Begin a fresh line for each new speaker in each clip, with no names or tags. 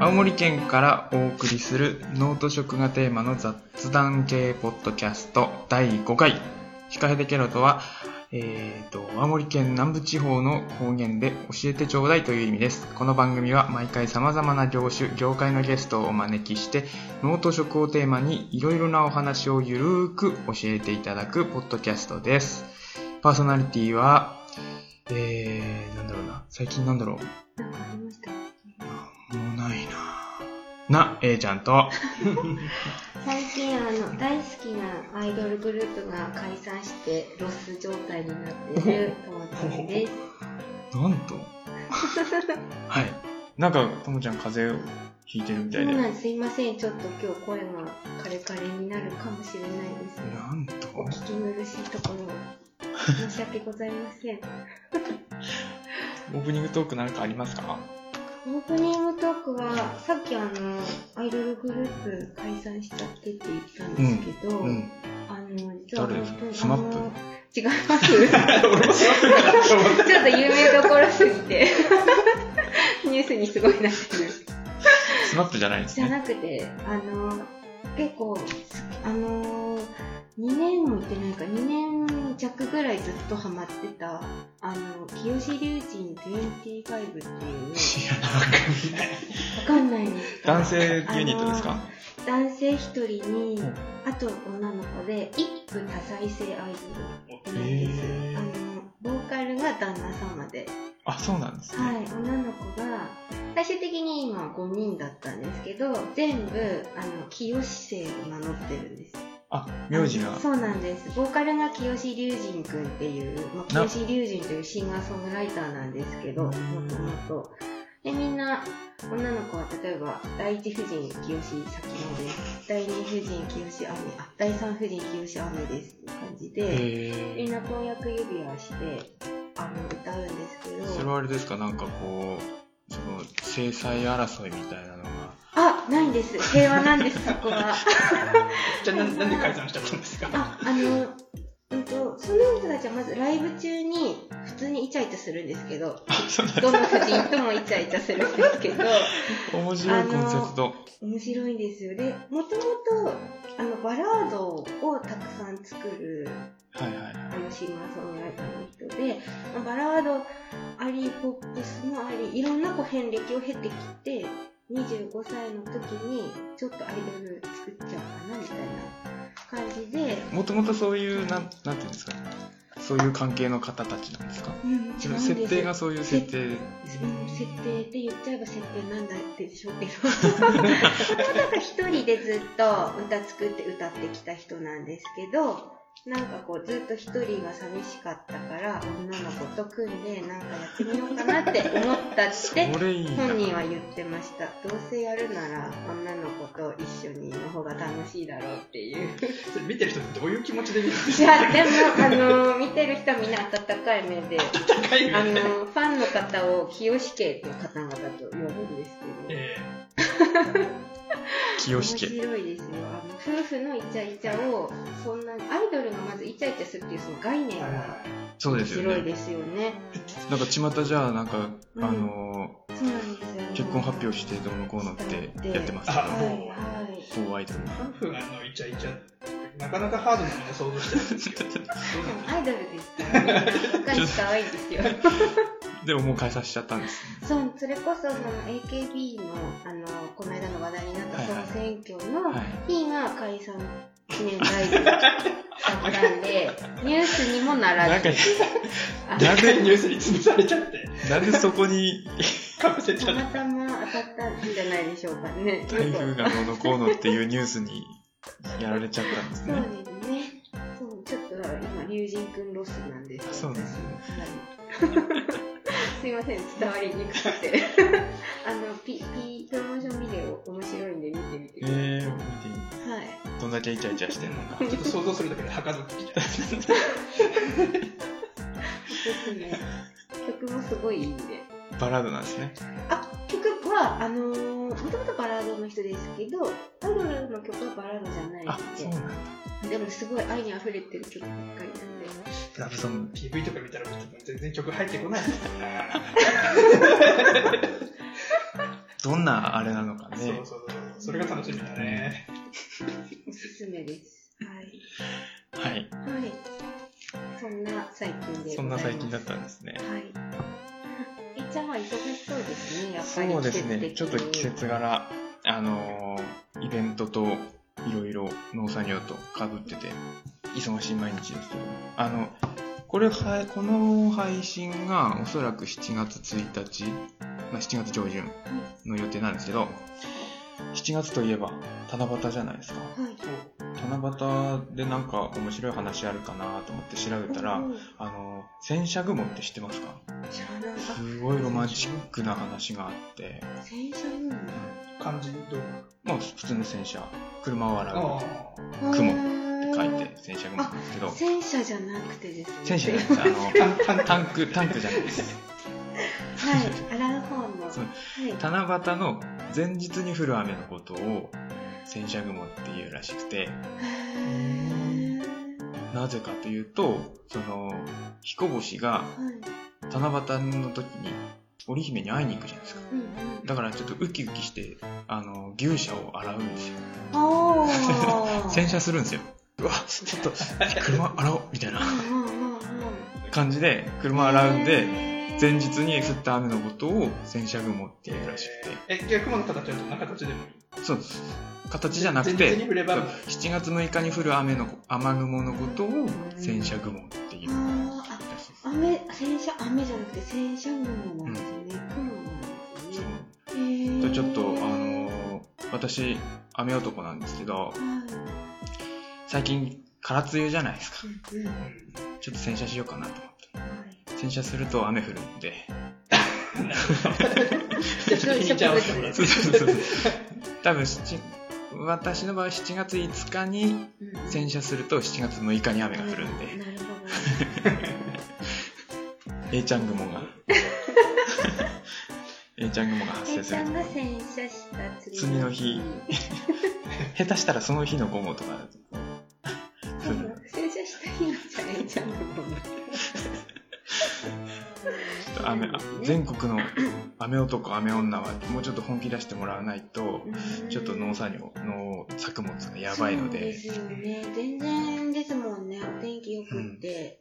青森県からお送りする脳と食がテーマの雑談系ポッドキャスト第5回ヒカヘデケロとは、えー、と青森県南部地方の方言で教えてちょうだいという意味ですこの番組は毎回さまざまな業種業界のゲストをお招きして脳と食をテーマにいろいろなお話をゆるーく教えていただくポッドキャストですパーソナリティはえー、なんだろうな最近なんだろう
なんかありましたっ
もうないなな、A ちゃんと。
け最近あの大好きなアイドルグループが解散してロス状態になっているともちゃんです。
なん と。はい。なんか、ともちゃん風邪をひいてるみた
そう
いで。
なんですいませんちょっと今日声がカレカレになるかもしれないです。
なんと。
お聞き苦しいところ申し訳ございません。
オープニングトークなんかありますか
オープニングトークはさっきあのアイドルグループ解散しちゃってって言ったんですけど、
うん。
あの実は
誰
本
ですか
当に
スマップ
あの違います。
俺もしまったかなと思っ
ちょっと有名どころすぎて、 ニュースにすごいなってる。
て。 スマップじゃないんです
じゃ
ね。
なくて、あの、結構、あの、2年もいってないか、2年弱ぐらいずっとハマってた、あの、清志隆人25っていう、
知らなかった。
わかんないんですか
男性ユニットですか
男性一人に、
うん
あと女の子で一夫多妻制アイドルなんです、
へー
あのボーカルが旦那様で
あ、そうなんです
は
ね。
い、女の子が最終的に今5人だったんですけど全部あの清志姓を名乗ってるんです
あ、名字
あの
が。
そうなんですボーカルが清志隆人くんっていう、まあ、
な
清志隆人というシンガーソングライターなんですけど
う
も
ー
と
ん
もとでみんな女の子は例えば第一夫人清志咲乃です第二夫人清志亜美あ第三夫人清志亜美ですっていう感じで、み
へ
ん
ー
な婚約指輪してあの歌うんですけど
それはあれですかなんかこう、その、制裁争いみたいなのが。
あ、ないんです。平和なんです、そこは。
じゃあ、なんなんで解散しちゃったんですか
あ、あの、うんと、その人たちはまずライブ中に普通にイチャイチャするんですけど、
あ、そうなんで
どの夫人ともイチャイチャするんですけど、
す。面白いコンセプト。
面白いんですよ。で、もともと、あの、バラードをたくさん作る、
はいはい。
あの、シンガーソングライターの人で、まあバラードあり、ポップスもあり、いろんなこう遍歴を経てきて、25歳の時に、ちょっとアイドル作っちゃおうかな、みたいな感じで、
もともとそういうなんなんていうんですかそういう関係の方たちなんですか
うん、
それ設定がそういう設定
うん設定って言っちゃえば設定なんだってでしょうけどただ一人でずっと歌作って歌ってきた人なんですけどなんかこうずっと一人が寂しかったから女の子と組んでなんかやってみようかなって思ったって
これいいな
本人は言ってましたどうせやるなら女の子と一緒にの方が楽しいだろうっていう
それ見てる人ってどういう気持ちで見るんで
いやでも、あの見てる人はみんな温かい目で
高い
あのファンの方を清志家という方々と呼ぶんですけど、
清
面
志家
白いですよあの夫婦のイチャイチャをそんなアイドルがまずイチャイチャするっていうその概念が
そうで
面
すよ
白
ね
いですよね
なんか巷じゃなんか、
うん
あの
そうなんですよ
結婚発表してどうのこうのってやってますけ
はい
あ
はい
どホワイト
夫婦があのイチャイチャなかなかハードなので想像してるんですけど
アイドルですからね若いし可愛いですよ
でももう解散しちゃったんです
そうそれこそその AKB のあのこの間の話題になった総選挙の、
はい
日が解散記念ライブだった んで、ニュースにもな
な
ら
んか
ず、あ
な
逆にニ
ぜ
ュースに潰されちゃって
なんでそこ に
かぶせち
た
ゃって
またま当たったんじゃないでしょうか ね。
台風がどうのこうのっていうニュースにやられちゃったんです
そう
ね
ですね。そう、ちょっと今、龍神くんロスなんですよ。
そうなんですね
はいすいません、伝わりにくくて。 あの、P、P プロモーションビデオ面白いんで見てみてください。
えー、見ていい
はい。
どんだけイチャイチャしてるのか
ちょっと想像するだけではかどってきちゃ
ですね。曲もすごいいいんで。
バラードなんですね
あ曲はあのー、もともとバラードの人ですけどアイドルの曲はバラードじゃない
あそうなん
の
だ
ででもすごい愛にあふれてる曲ばっかりなんで
うラブソング PV とか見たらもう全然曲入ってこない
どんなあれなのか
そう
ね。
そうそう。それが楽しみだね。
おすすめです。はい。
はい。
はい。そんな最近で
そ
ござい
んな
ます。
最近だったんですね。
はい。いっちゃんは忙しそうですね、やっぱり。
そうですね。ちょっと季節
が。
柄、あのーイベントといろいろ農作業とかぶってて、忙しい毎日ですけど、あの、これは、この配信がおそらく7月1日、まあ、7月上旬の予定なんですけど、7月といえば七夕じゃないですか。
はい。
七夕でなんか面白い話あるかなと思って調べたら、
うん
あの、戦車雲って知ってますか
知らない。あ
すごいロマンチックな話があって、
洗車運動。
漢字どう
まあ普通の戦車、車を洗う
あ
雲って
っ
書いて戦車雲なんですけど、
戦車じゃなくてですね。
戦車じゃない
は
で
あ。
す。
かんかん
あの、タンク、タンクじゃないです。
い。洗う方の。は
そう
い。
七夕の前日に降る雨のことを戦車雲っていうらしくて、
へー
なぜかというと、その、彦星が
はい。
七夕の時に織姫に会いに行くじゃないですか。
うんうん。
だからちょっとウキウキして、あの、牛舎を洗うんですよ。
おー。
洗車するんですよ。うわ、ちょ っと、車洗おうみたいな
うんうんうんうん。
感じで、車洗うんで、
へー
前日に降った雨のことを洗車雲っていうらしく
え、じゃあ雲の形はどんな形でもいい
て、そうです。形じゃなく
前日に
て、
振れば、
そう7月6日に降る雨のこ、雨雲のことを洗車雲っていう
あーあ
らしいです。
雨、洗車、雨じゃなくて洗車雲なんですね。雲なんです
そ
ね。
う
へー
ちょっと、あのー私、雨男なんですけど、
は
最近、空梅雨じゃないですか。
い。うんうん。は
ちょっと洗車しようかなと思って。
い。
洗車すると雨降るんで、
ちょっと引いちゃう
植物です
そうそうそうそう。 多分七私の場合7月5日に洗車すると7月6日に雨が降るんで、
なるほど。
A ちゃん雲が、A ちゃん雲が発生
せい
す
ち
る
ゃん
と。
が洗車した
次の日下手したらその日の午後とか、
多分 洗車した日のさえいちゃんの方が
ちょっと雨、あ全国の雨男、雨女はもうちょっと本気出してもらわないと、ちょっと農作業、農作物がやばいの
そうで
で、
すよね。全然ですもんね。お天気よくって。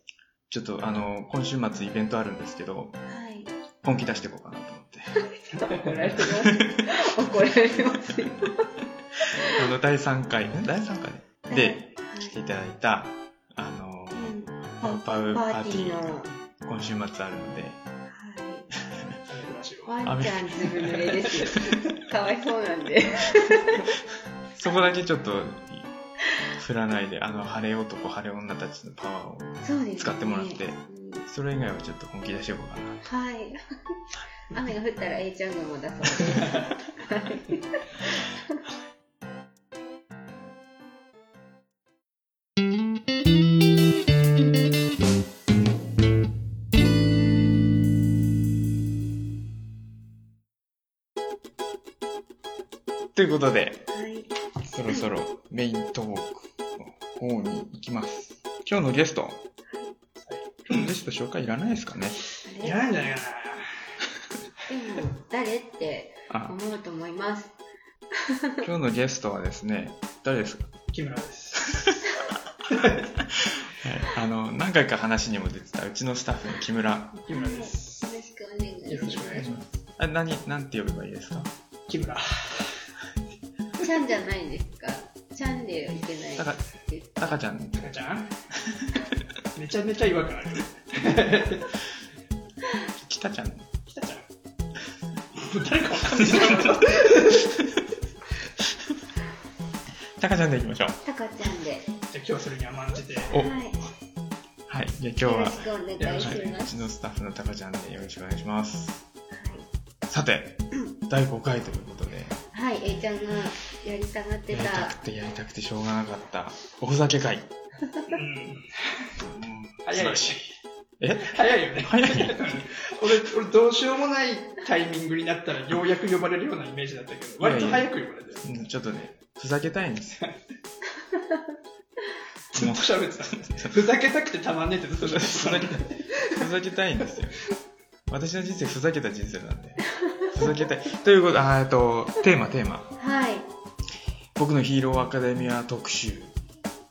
ちょっとあの、今週末イベントあるんですけど、
はい。
本気出していこうかなと思って。
怒られます。怒られますよ。
この第3回、ん第3回で来ていただいた、あの
う、ん
パウパウ
パ
パ
ー
ー
テ
テ
ィ
ィ
ー
ー
の
が、今週末あるので、
はい。
あ
ワンちゃんずぶ濡れですよ。かわいそうなんで。
そこだけちょっと、振らないで、あの、晴れ男、晴れ女たちのパワーを、
そうです、ね。
使ってもらって
うん
それ以外はちょっと本気出していこうかな。
はい。雨が降ったら A ちゃんがも出そうです。
ということで、
はい。
そろそろメイントークの方に行きます。今日のゲスト、今日のゲスト紹介いらないですかね。
あ
い
れ
らないんじゃないか
でも、誰って
あ、
思うと思います。
今日のゲストはですね、誰ですか
な。木村です。
あの、何回か話にも出てた、うちのスタッフの木村。
木村です。
よろしくお願いします。
よろしくお願いしま
あ、何、なんて呼べばいいですか
木村。
ちゃんじゃないですか。ちゃんでいけない。
たか、たかちゃん、
タカち ゃんめちゃめちゃ違和感ある。
きたちゃん。
きたちゃん。誰かわかんない。
たかちゃんでいきましょう。
たかちゃんで。
じゃあ今日はそれに甘ん じて。
お、
は。
はいい。じゃあ今日
よ
は、
ろ
は
しくお願いし
い、
ま
う
す。
ちのスタッフのたかちゃんでよろしくお願いします。
は
さて、第5回ということで、
い。はい、A ちゃんがやりたがって
やりた
た
く。てやりたくてしょうがなかった、おふざけ会。
うん。
うん
早い
素晴らしい。え
早いよね。
早い
俺、俺どうしようもないタイミングになったらようやく呼ばれるようなイメージだったけど、割と早く呼ばれてる。
うんちょっとね、ふざけたいん ですよ。
ずっと喋ってた。ふざけたくてたまんねえってずっと喋ってた。
ふざけたいんですよ。私の人生ふざけた人生なんで、ふ続けたい。ということで、あーえっと、テーマ、テーマ。
はい。
僕のヒーローアカデミア特集。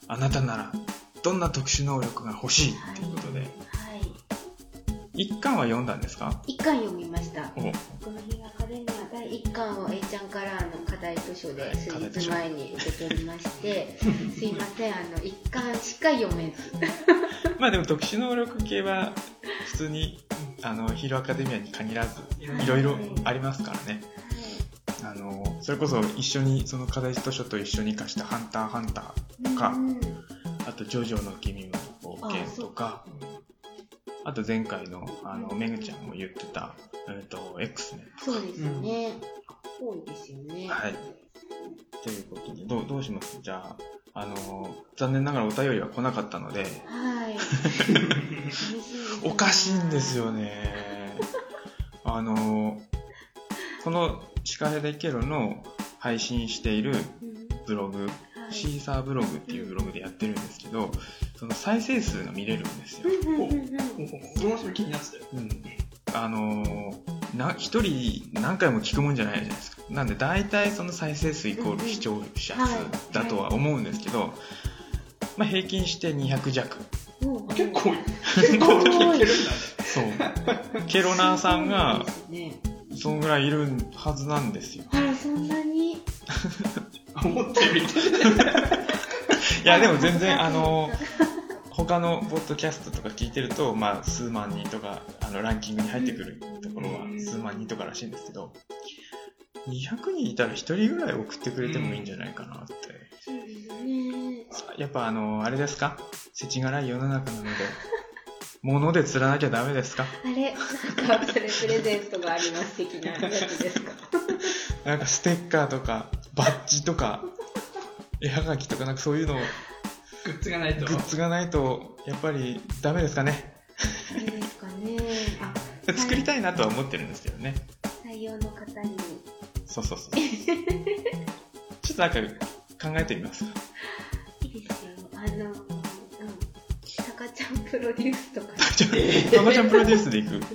あなたなら、どんな特殊能力が欲しいということで。
はい。
一巻は読んだんですか
一巻読みました。
お
この日アカデミア第一巻を A ちゃんからあの課題図書
は
で
い
数
課題図
日
書
前に受け取りま して、すいません、あの、一巻しか読めず。
まあでも特殊能力系は、普通に、あの、ヒーローアカデミアに限らず、いろいろありますからね。あの、それこそ一緒に、その課題図書と一緒に貸したハンターハンター、とか
うん
あとジョジョの君の冒
あ
険
そ
と
う
か
か、
あと前回の、あの、めぐちゃんも言ってた、えっ、と、X ね。
そうですね。多いですよね。
はいということで、どう、どうしますじゃあ、あの、残念ながらお便りは来なかったので、
はい。
おかしいんです
よ。
よね。 あの、このシカヘデケロの配信している
うん
ブログ、
はい
シーサーブログっていうブログでやってるんですけど、その再生数が見れるんですよ。
うんうんうんうん
俺もそれ気になってたよ。
うんあのーな一人何回も聞くもんじゃないじゃないですかなんで大体その再生数イコール視聴者数だとは思うんですけど、まあ、平均して200弱
もう
結構、
す
結
ご
構
い
聞いてるんだね。
そうケロナーさんが
そうなんですね
そんぐらいいるはずなんですよ
あら、そんなに。
思ったより。
いやでも全 然あのー他のポッドキャストとか聞いてると、まあ、数万人とかあのランキングに入ってくるところは数万人とからしいんですけど200人いたら1人ぐらい送ってくれてもいいんじゃないかなって。
そうですね。
やっぱあの、あれですか世知辛い世の中なので、物で釣らなきゃダメですか
あれ、なんか、それプレゼントがあります的なやつですか。
なんかステッカーとか、バッジとか、絵はがきとかなんかそういうの、
グッズがない
グ
と。
ッズがないと、やっぱりダメですかね
あれですかね。あ、
作りたいなとは思ってるんですけどね。
採用の方に。
そうそうそう。ちょっとなんか考えてみますか。
いいですよ。あの、うん。タカちゃんプロデュースとか。
ちょっ
え
と、マちゃんプロデュースでいく。
こ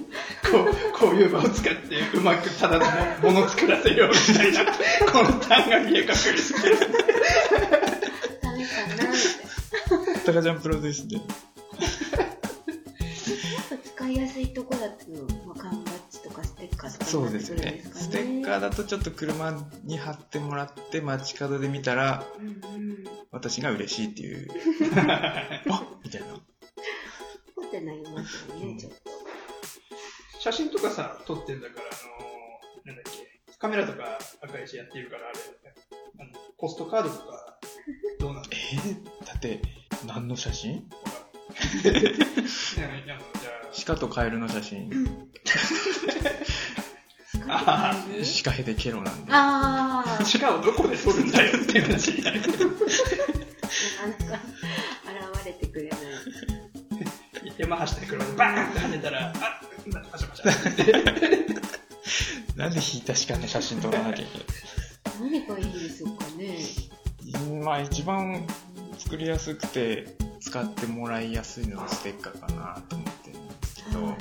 う、こういう場を使って、うまくただのもの作らせようみたいな、この単が見え隠れしてる。
ダメかなみたいな。
タカちゃんプロデュースで。
ちょっと使いやすいとこだと、まあ、缶バッジとかステッカーとか。
そうですよね。ステッカー
だ。
だとちょっと車に貼ってもらって、街角で見たら、
うんうん。
私が嬉しいっていう、あみたいな。
そうってなりますよね、ちょっと。
写真とかさ、撮ってんだから、あのーなんだっけ、カメラとか赤いしやってるから、あれ、あのポストカードとか、どうなの
えー、だって、何の写真
なんかなんかじ
鹿とカエルの写真。
ゃあ、あ
鹿ヘでケロなんで。
ああ
ー、地下をどこで撮るんだよっていう話になるけど、
なかなか現れてくれない。
山走って車でバーンって跳ねたら、あパシャパシャ。
なんで引いた鹿の写真撮らなきゃいけない
何がいいんでしょうかね。
うんまあ一番作りやすくて、使ってもらいやすいのはステッカーかなと思ってるんですけど、う
は
ん
い。、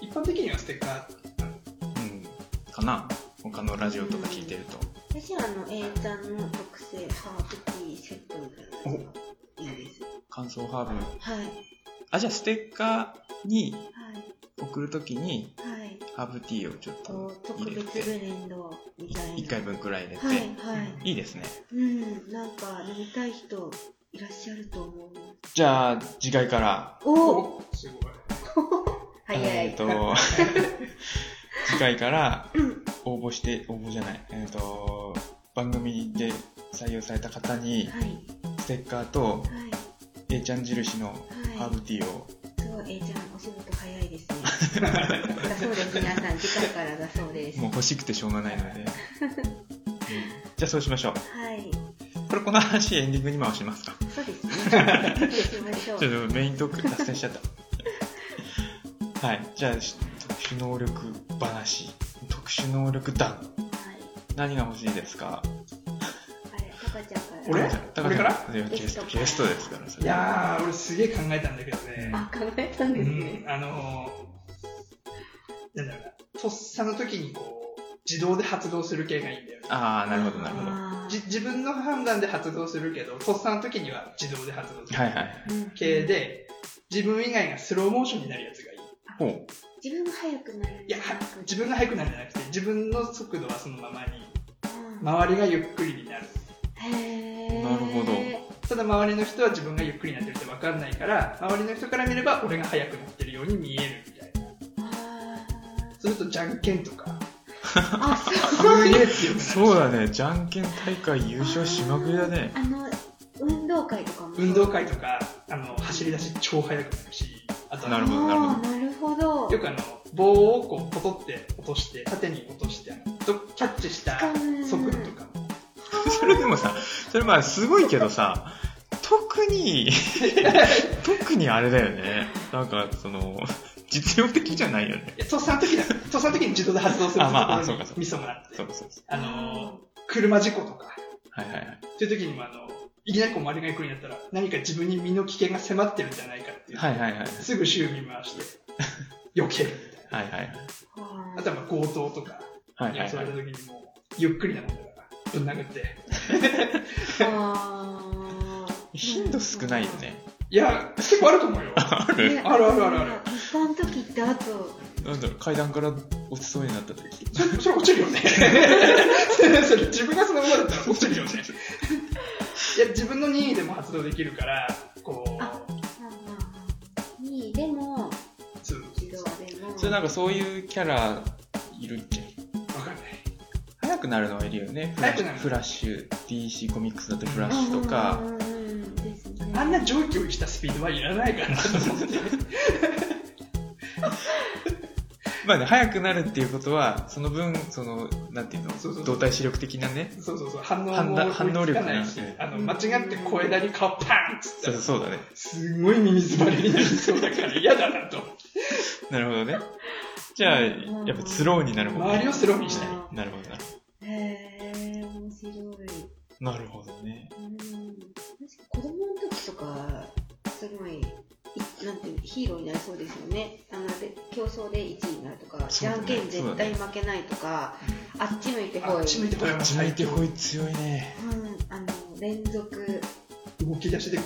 一般的にはステッカー、
かな。他のラジオとか聞いてると。
私はあの、A ちゃんの特製ハーブティーセットみたいなのがいいです。
乾燥ハーブ。
はい。はい。
あ、じゃあステッカーに送るときに、
はい。
ハーブティーをちょっ
ことう特
入れ
別
て、
ブレンドみたいな。
1回分くらい入れて、
はい
い、
はい。
いですね。
うん、なんか飲みたい人いらっしゃると思う。
じゃあ、次回から、
おお
おすごい。
早
えっ、
い。
と、次回から応募して、応募じゃない、えっ、と、番組で採用された方に、
はい。
ステッカーと、
はい。
A ちゃん印のハ
は
ーブティーを、
い。すごい、A ちゃん、お仕事早いですね。だそうです、皆さん。次回からだそうです。
もう欲しくてしょうがないの で、うんじゃあそうしましょう。
はい。
これこの話エンディングに回しますか。
そうですね。そうしましょう
ち。ょっとメイントーク脱線しちゃった。 はい、じゃあ、し特殊能力話、特殊能力談、
はい。
何が欲しいですか
あれ、タカちゃんから。
俺
高橋さん
これから
高橋さんいやゲストゲストですからそれ
いやー、俺すげえ考えたんだけどね。
あ、考えたんですね。
うん、あのー、なんだろうな、とっさの時にこう、自動で発動する系がいいんだよね。
ああ、なるほど、なるほど。は
あ
じ自分の判断で発動するけど、とっさの時には自動で発動す
い
る
はい。
ーうん
系で、自分以外がスローモーションになるやつがいい。
ほう。
自分が速くなる
いや、は自分が速くなるんじゃなくて、自分の速度はそのままに、
ま
周りがゆっくりになる。
へー
なるほど
ただ周りの人は自分がゆっくりになってるって分かんないから、周りの人から見れば俺が速くなってるように見えるみたいな。
あ
するとじゃんけん とか、
ーあ
す
そう
げえ強くなる。
そうだね、じゃんけん大会優勝しまくりだね。
あの運動会とかも
運動会とか、あの、走り出し超速くなるし、あと
な
あの
るほどなるほど
あーなるほど
よくあの、棒をこう、ポトって落として、縦に落として、あのどキャッチした
掴む
速度とかも。
それでもさ、それまあすごいけどさ、特 に、特にあれだよね。なんか、その、実用的じゃないよね。
いやとっさの時だ、とっさの時に自動で発動する
あまああ
と
そう
ころ
か
に
そうか
ミソがあって
そう、そうそう。
あの、車事故とか、
はいはいはい。
っていう時にもあの、いきなりこう周りが行くようになったら、何か自分に身の危険が迫ってるんじゃないかっていう。
はいはいはい。
すぐ周囲回して、 避けるみた
は
い
いはい
な。あとはまあ強盗とか、
はい。はいはいは
やら
い。
された時にもう、ゆっくりなもんだから、ぶん殴って。
頻度少ないよね。
いや、結構あると思うよ。
あ
あ
る
あるあるあるある
一般の時ってあと
なんだろう、階段から落ちそうになった時。
それ、それ落ちるよ ね。それ、それ自分がそのままだったら落ちるよね。いや、自分の任意でも発動できるから、こ
あ
う、
まあまあにでも
そう
自動でも
それなんかそういうキャラいるっけ
わかんない。
早くなるのはいるよね。フラ
早
ッ
く
シ
な
ュ、
る
フラッシュ DC コミックスだってフラッシュとか
う、んうんうんうんですね
あんな上気を逸したスピードはいらないかな と思って。
まあね、早くなるっていうことは、その分、その、なんていうの
そうそうそう
動体視力的なね。
そうそうそう、反応
判
も
断
追いつか
反
ないし
応力がね、
あの、間違って小枝に顔パーンっつ
そ
った
う
ら
そう、そうだね。
すごい耳ズばれになりそうだから嫌だなと。
なるほどね。じゃあ、
うん
やっぱスローになるもん
周り
ね
を。スローにしたい。
なるほどなるほ
へえ面白い
ど。なるほどね。
うん確かに子供の時とかすごいいなんていうのヒーローになりそうですよねあので競争で1位になるとか、
そ
じ
うだ
ゃ
ね
んけん絶対負けないとか、あっち向いて
あ
ほい
っち向いてほら、
地面手ほい強いね。
うん、あの連続
動き出しでこ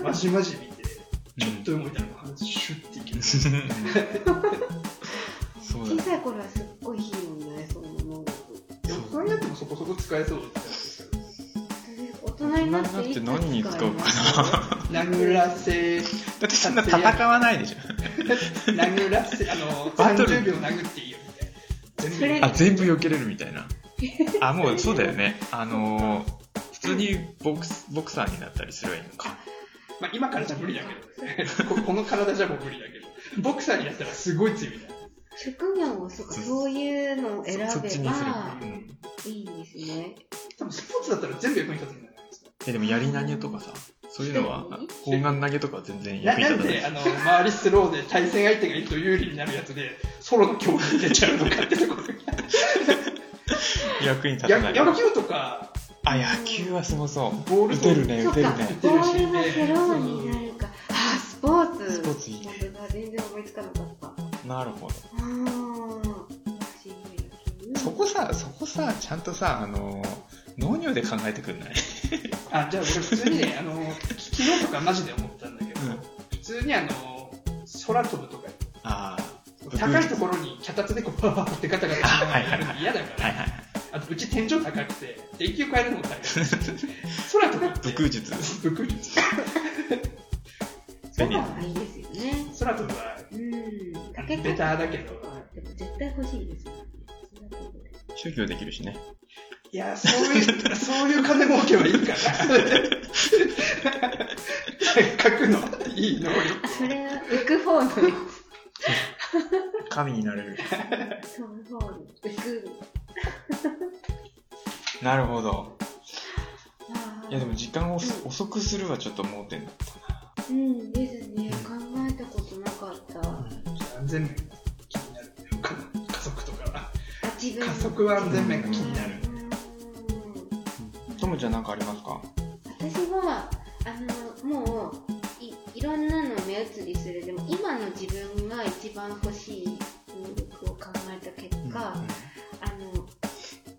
う、まじまじ見て、ちょっと動いたらもう話シュッていき
うん。
ます。
そうだ
小
ね。
さい頃はすっごいヒーローになれそうな能力
大人になってもそこそこ使えそうだったんですけど。
大人になっていつ
大人になって何に使うか
使います
殴らせ、
だってそんな戦わないでしょ。
殴らせ、あの、
バトル
30秒殴っていいよみたいな。全
それ
あ、全部避けれるみたいな。あ、もうそうだよね。あのー、普通にボクスボクサーになったりすればいいのか。
まあ今からじゃ無理だけど、ここの体じゃもう無理だけ ど、ボクサーになったらすごい強いみたいな。
職業をそうかそういうのを選
そそっち
べ
にすれば
ば
いい。うん
いいんですね
多分スポーツだったら全部役に立つんじゃないですか。
え、でもやり投げとかさ、そういうのは
うん、
砲丸投げとかは全然
な
役に
な
立
ん
たない
で、。あの、周りスローで対戦相手がいると有利になるやつで、ソロの競技に出ちゃうのかってとこ ろ
役に立た
や
ない。
野球とか、
あ、野球はすごそう。
ボール
打
と
てるね、
そ
打
ってか
るね。、
ボールがフローになるか。あ、スポーツ。
スポーツいいね
本当だ全然思いつかなかった。あ
なるほど。
あ、不思議な
そこさ、そこさ、ちゃんとさ、あのー、農業で考えてくんない
あ、じゃあ俺普通に ね、あの、昨日とかマジで思ったんだけど、
うん
普通にあの、空飛ぶとか、
あ
高いところに脚立でこう、バーバーってガタガタしながらやるの嫌だか
あ、
ら、
はい はい。
あとうち天井高くて、電球変えるのも大変だし、空飛ぶって。
武空術。
武空術。
ソファーはいいですよね。
空飛ぶは、
うん。
ベターだけど
でも絶対欲しいですよね。
修行できるしね。
いや、そういう、そういう金儲けはいいかな。せっかくのいい能力。
あ、それは、浮く方のや
神になれ る。
つ。飛ぶ方の。浮く。
なるほど。
あー
いや、でも時間を遅遅くするはちょっと盲点だっ
うん、ですね。考えたことなかった。あ、
安全面が気になるんだよ家家族とかは。
自分
家族安全面が気になる。
うん。
た。ともちゃんなんかありますか
私はあのもういいろんなの目移りするでも今の自分が一番欲しい能力を考えた結果、あの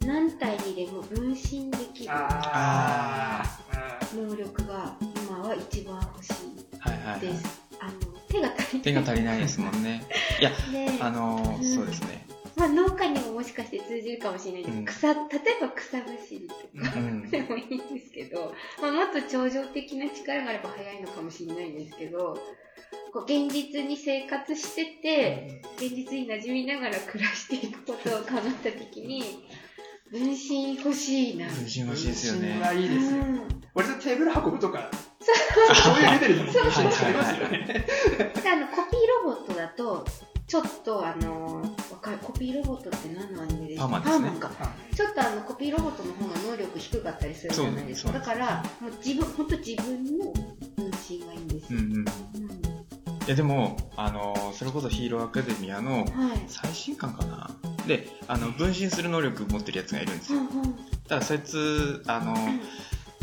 何体にでも分身できる
あー
能力が今は一番欲し
はいはい
いです。あの手が足りない。
手が足りないですもん ね
で
あのー、
うん
そうです ね
まあ、農家にももしかして通じるかもしれないです、
うん
草例えば草むしりとか
う、ん
でもいいんですけど、まあ、もっと頂上的な力があれば早いのかもしれないんですけどこう現実に生活してて現実に馴染みながら暮らしていくことを考えた時に分身欲しいな。
分身欲しいですよね
分身はいいですよ
う。ん
割とテーブル運ぶとか、そういうレベルでも
そう
そう
分身してますよね。
であのコピーロボットだとちょっとあのわかるコピーロボットって何のアニメでした
パーマンですね
パーマンかちょっとあのコピーロボットの方が能力低かったりするじゃないですか
そう
だ
です
からもう自分本当自分の分身がいいんです
うん
よ、
うん
うん
いやでもあのーそれこそヒーローアカデミアの
はい
最新刊かなであの分身する能力持ってるやつがいるんです
うん
よ
うん
ただそいつあのー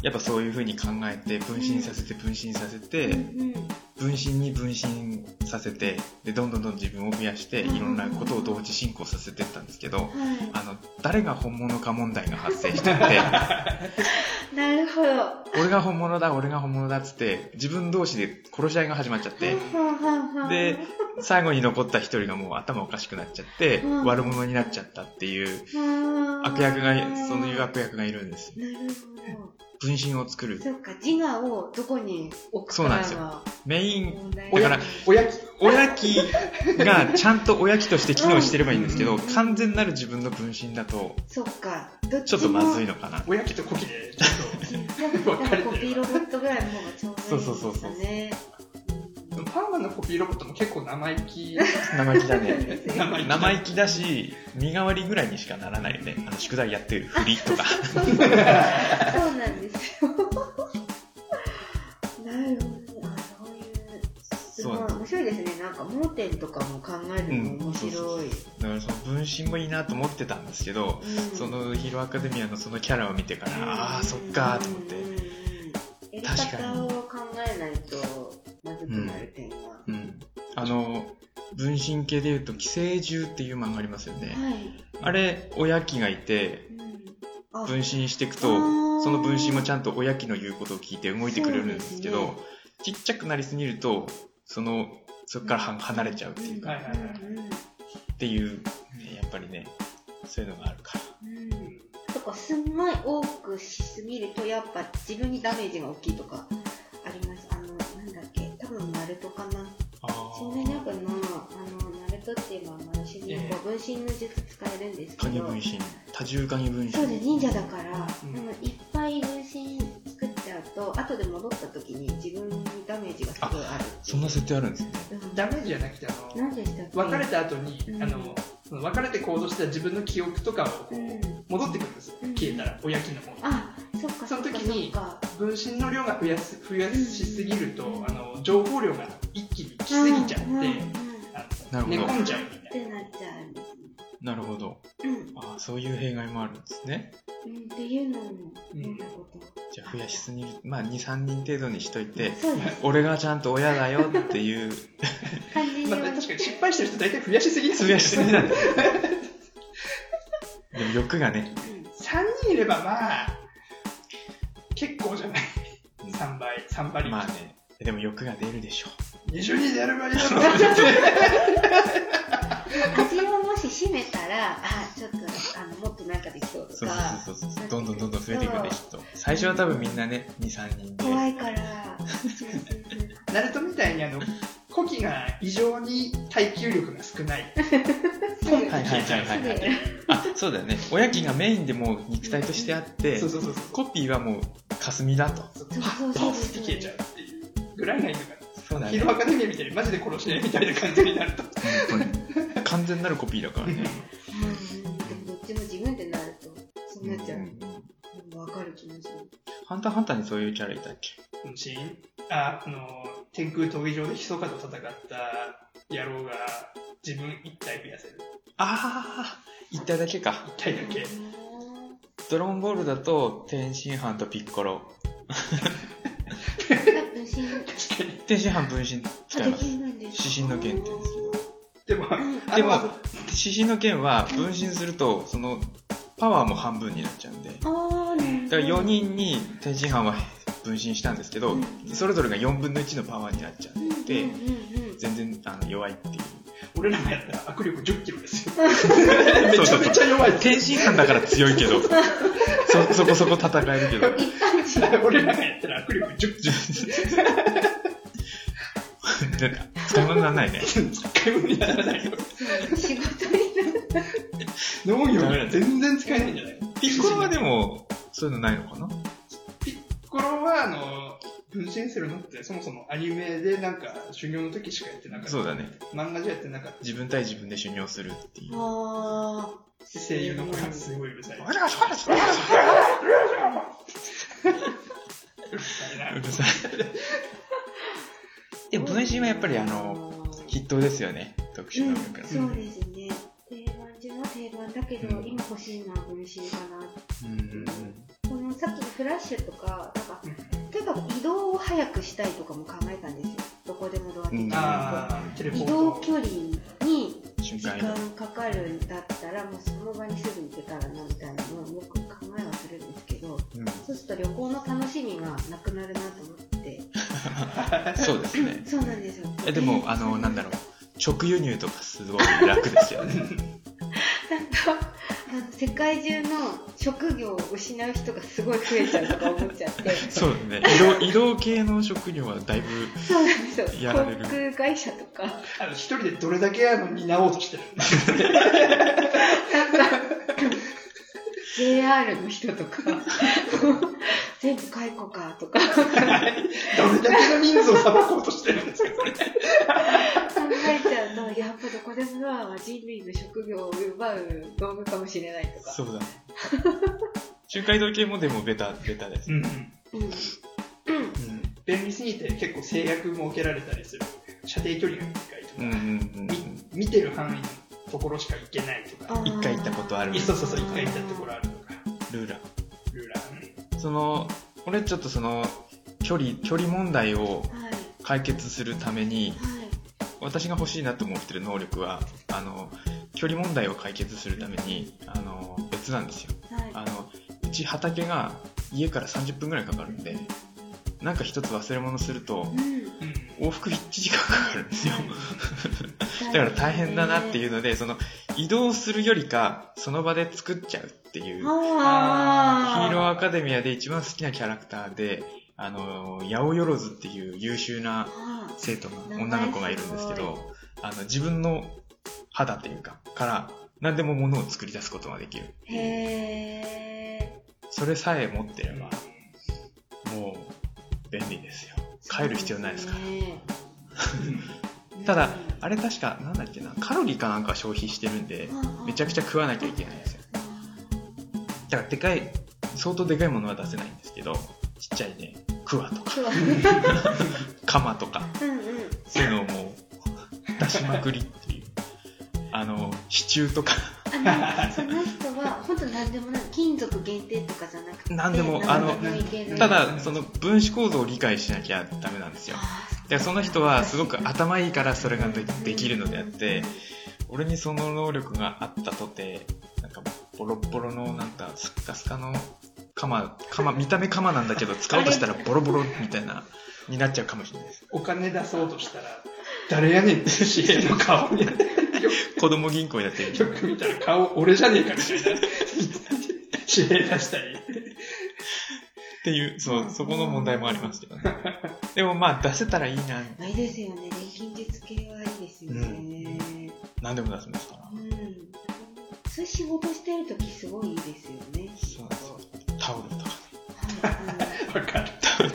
やっぱそういう風に考えて分身させて分身させて、
うんうん
分身に分身させてでどんどんどんどん自分を増やして
うん
いろんなことを同時進行させてったんですけど
は
あの誰が本物か問題が発生しちゃって
い、なるほどは
俺が本物だ俺が本物だっつって自分同士で殺し合いが始まっちゃって
あはあはあ
で最後に残った一人がもう頭おかしくなっちゃって
うん
悪者になっちゃったっていう
はあ
悪役がそういう悪役がいるんです
なるほど
分身を作る
そうか自我をどこに置くかが
そうメイン
問題
だから
おやき。
親機がちゃんと親機として機能してればいいんですけ
う
ど
ん
完全なる自分の分身だと
そっかどっち
ちょ
も
っとまずいのかな
おやきとコキで、ちょっ
なんかコピーロボットぐらいの方がちょうどいいです
そ
かね。
うそうそうそう
うん
と、パーマンのコピーロボットも結構生意気。
生意気だ
そう
ね
ですよ
生意気
生意気だし身代わりぐらいにしかならないよねあの宿題やってるふりとか
そうなんですよ。なるほど。あそういう。すごい
そう
面白いですね。なんか盲点とかも考えるのも面白い。
だからその分身もいいなと思ってたんですけど
うん
そのヒーローアカデミアのそのキャラを見てからああそっかーと思って
うんうんうんやり
確かに
方を考えないとまずくなる点が。は
うんあの分身系でいうと「寄生獣」っていう漫画ありますよね
い。
あれ親機がいて
うんあ
分身していく
あ
と
ー
その分身もちゃんと親機の言うことを聞いて動いてくれるんですけど
そうで
ちっちゃくなりすぎるとそのそこからは離れちゃうっていうか、
はいはいはい
うんうん
っていう、ね、やっぱりねそういうのがあるから
うんとかすんごい多くしすぎるとやっぱ自分にダメージが大きいとかありますあのなんだっけ多分ナルトかな少年ジャンプのあのナルトっていうのはあの主人
え
公分身の術使えるんですけ
影
ど
分身多重影分身
そうです忍者だから、
うん
でもいっぱい分身作っちゃうと後で戻った時に自分にダメージがすごいある
そんな設定あるんですね
うん
ダメージじゃなくて、あの、
何でしたっけ
別れた後に
う、ん
あの、その別れて行動した自分の記憶とかをこ
うん
う、戻ってくるんですよ。消えたら、おやきの方に。
あそっか
そ
そっ
の
か
時
そっ
に
か
分身の量が増やす、増やしすぎると
う、ん
あの、情報量が一気に来すぎちゃって、
うんうんうんっ
あの
な
寝
るほど
込んじゃうみたい
て
な。
なっちゃうんですね
なるほど
うん
あーそういう弊害もあるんですね
うんっていうのも見たこと、
じゃあ増やしすぎるまあ23人程度にしといて
そうです
俺がちゃんと親だよっていう
感じに
まあ、確かに失敗してる人大体増やしすぎです
つぶやしすぎなんですでも欲がね
3人いればまあ結構じゃない3倍3倍
まあねでも欲が出るでしょ
20人でやる場合だろ
味をもし締めたらあちょっとあのもっとなんかできそう
う
と
そう
か
そうそうそうどんどんどんどん増えていくんできっと最初は多分みんなね23人で
怖いからそうそうそう
ナルトみたいにあのコキが異常に耐久力が少ないポンって消えちゃう
はいはいはい
す
あそうだよね親機がメインでもう肉体としてあって
そうそうそうそう
コピーはもう霞だと
そう
そうそうそう
ポンって消えちゃうっていうぐらいがいいのか
そう
な
だ
ヒ
ね
ーローアカデミアみたいにマジで殺し合いみたいな感じになると
本当に完全なるコピーだから ね
ごいうんでもどっちも自分でなるとそうなっちゃう、
ん
分かる気もする
ハンターハンターにそういうキャラいたっけ
うんシーンああの天空闘技場でひそかと戦った野郎が自分1体増やせる
ああ一体だけか
1体だけ
ドラゴンボールだと天津飯とピッコロ
分身
確かに
天津飯分身使い
あで
ます
きるんです
指針の原点ですけど
でもは。
でも、獅子の剣は分身すると、その、パワーも半分になっちゃうんで。だ
ああね
から4人に天津飯は分身したんですけど
う、
それぞれが4分の1のパワーになっちゃうんで、
う
全然あの弱いっていう。
俺らがやったら握力10キロですよ。
め
めちゃめちゃ弱いです。
天津飯だから強いけ ど、そ、そこそこ戦えるけど
んうん、一般人
俺らがやったら握力10キ
で使い 物にならないね。
ロ使い物にならないよ。
そう仕事になる
農業が全然使えないんじゃない
ピッコロはでも、そういうのないのかな
ピッコロは、あの、分身するのってそもそもアニメでなんか修行の時しかやってなかった。
そうだね。
漫画じゃやってなかっ
自分対自分で修行するっていう。
あ
た。声優の声がすごいうるさい。うるさいな
うるさい。 でも、分身はやっぱりあの、筆頭ですよね。特殊能力
う
が
ん、。そうですね定番中の定番だけど、
うん
今欲しいのは分身か
う
な
んうん
このさっきのフラッシュとかなんか
うん
とにかく移動を早くしたいとかも考えたんですよどこでもドア的
うん
な、
あー、テレポ
移
ー
動
ト。
距離に
うん。瞬
時
間移
間
動。
かかるんだったらもうその場にすぐ行けたらなみたいなのをよく考えはするんですけ
う
ど
ん
そうすると旅行の楽しみがなくなるなと思って
そうです ね。
そうなんですよ
え、でも、あの、なんだろう。直輸入とかすごい楽ですよね。
なんかあの世界中の職業を失う人がすごい増えちゃうとか思っちゃ って
そうだね。移動、移動系の職業はだいぶ、
そうなんですよ
やられる
航空会社とか
あの一人でどれだけあの担おうとしてる
JR の人とか 全部解雇かとか
どれだけの人数を裁こうとしてるんですかそれ
考えちゃうとやっぱどこでもドアは人類の職業を奪う道具かもしれないと か
そうだね。瞬間移動系もでもベタ、ベタです
う。ん
うん、うん、
便利すぎて結構制約設けられたりする射程距離が短いと
う
か、
んうんうんうん。
見てる範囲のところしか行けないと
あ
か
一回行ったことある
いそうそうそう一回行ったところあるとか
ルーラー。
ルーラー
その俺ちょっとその距離距離問題を
はい
解決するために
はい
私が欲しいなと思ってる能力はあの距離問題を解決するためにあの別なんですよ
はい
あのうち畑が家から30分ぐらいかかるんでなんか一つ忘れ物すると
うん
うん
往復1時間かかるんですよだ
だ
から大変だなっていううのでその移動するよりかその場で作っちゃうっていうヒ
あ
あ
あ
ーローアカデミアで一番好きなキャラクターで、あの、八百万っていう優秀な
あ
生徒が、女の子がいるんですけど、あの、自分の肌っていうか、から、何でも物を作り出すことができる。
ーへえ
それさえ持ってれ
ま
ば
あ、
もう、便利ですよ。帰る必要ないですから。
うん
ただ
うん、
あれ確か、なんだっけな、カロリーかなんか消費してるんで、めちゃくちゃ食わなきゃいけないんですよ。だから、でかい、相当でかいものは出せないんですけど、ちっちゃいね、クワとか、
そう
カマとか、
うんうん
そういうのをもう出しまくりっていう。あの、支柱とか、
あのその人は本当何でもない金属限定とかじゃなくて
何でも
何
あの
いける
ただ、その分子構造を理解しなきゃダメなんですよ。
あー
で、その人はすごく頭いいからそれがでできるのであって、俺にその能力があったとて、なんか、ボロッボロの、なんか、スッカスカの、カマ、カマ、見た目カマなんだけど、使おうとしたらボロボロみたいな、になっちゃうかもしれない です。
お金出そうとしたら誰やねんっていう支援の顔によ
子供銀行やってる。
く見たら顔俺じゃねえかみたいな支援出したり
っていう、そう、そこの問題もありますけどね。でもまあ、出せたらいいな、
あれですよね錬金術系はいいですよね
何でも出せますから
う。ん、そういう仕事してる時すごいいいですよ
そうな
ね
んですよタオルとかね。
はい
わかる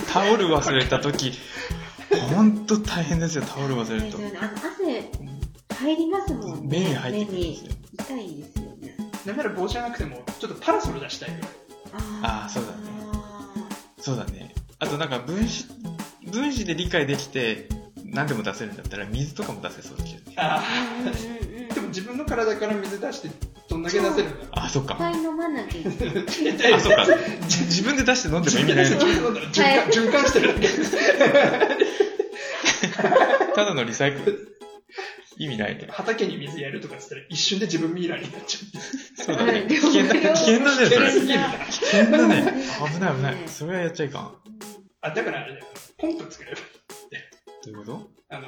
タオル忘れた時、ほんと大変ですよ、タオル忘
うん
れ
で
る
す
と
よ。ねあの汗入りますもんね
目に入ってくるんですよ
目に痛いですよね
なんなら帽子じゃなくてもちょっとパラソル出したいぐらい
あー
あーそうだねそうだね。あとなんか分子、分子で理解できて、何でも出せるんだったら、水とかも出せそうですよね。
あ
うんうんうん
でも自分の体から水出してどんだけ出せるんだろ
あ、そっ
いっぱ
か。
い飲まなきゃいけない。
う
あ、そっか。じ自分で出して飲んでも意味ないの。
循環循環してるだけ
ただのリサイクル。意味 ないね。
畑に水やるとかっつったら一瞬で自分ミイラになっちゃって。
そうう
だ
だ
ね
ね。
うん
危険だ、危険だね、それ。
す
危
ぎるな。
険だね。危ない、危ない。それはやっちゃいかん。
あ、だからあれだよ。ポンプ作れば。
どういうこと
あのー、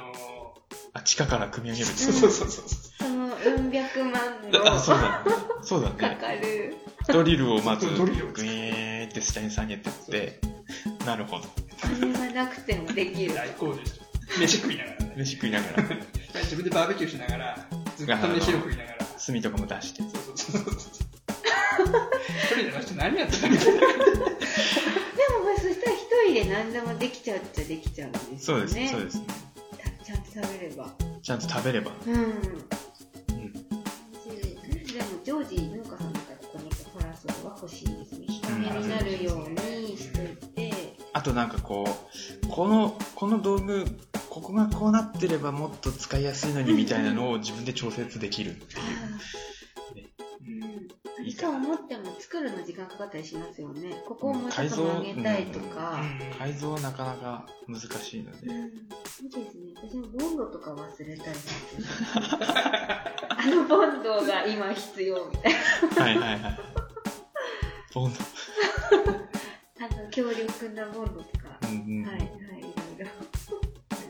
あ、地下から組み 上げるって
そう
こ
そうそうそう。
そのうん百万
と。あ、
の
そうだね。そうだ
か
ね。
かる。
ドリルをまず、グ
ドリルを使う
イーンって下に下げてって、なるほど。
金がなくてもできる。
大工事して。飯食いながらね。
飯食いなが ら、
自分でバーベキューしながら、ずっと飯を食いながら。
炭とかも出して。
そうそうそうそう。一人での人何やってたんだ
でもまあそしたら一人で何でもできちゃうっちゃできちゃうんです
そ
よ
う
ね。
です、そうです。
たちゃんと食べれば。
ちゃんと食べれば。
うん。
うん。
でも常時農家さんとかこのパラソルは欲しいですね日陰になるようにしといて、
あとなんかこうこのこの道具ここがこうなってればもっと使いやすいのにみたいな のを自分で調節できるっていう
うん、そう思っても作るの時間かかったりしますよねここをもうちょっと曲げたいとか、
改造はなかなか難しいの
うん
で
そうですね私もボンドとか忘れたりするあのボンドが今必要みた
は
い
いはい はいボンド
なあの恐竜くんだボンドとか、
うんうん、
はいはいいろいろ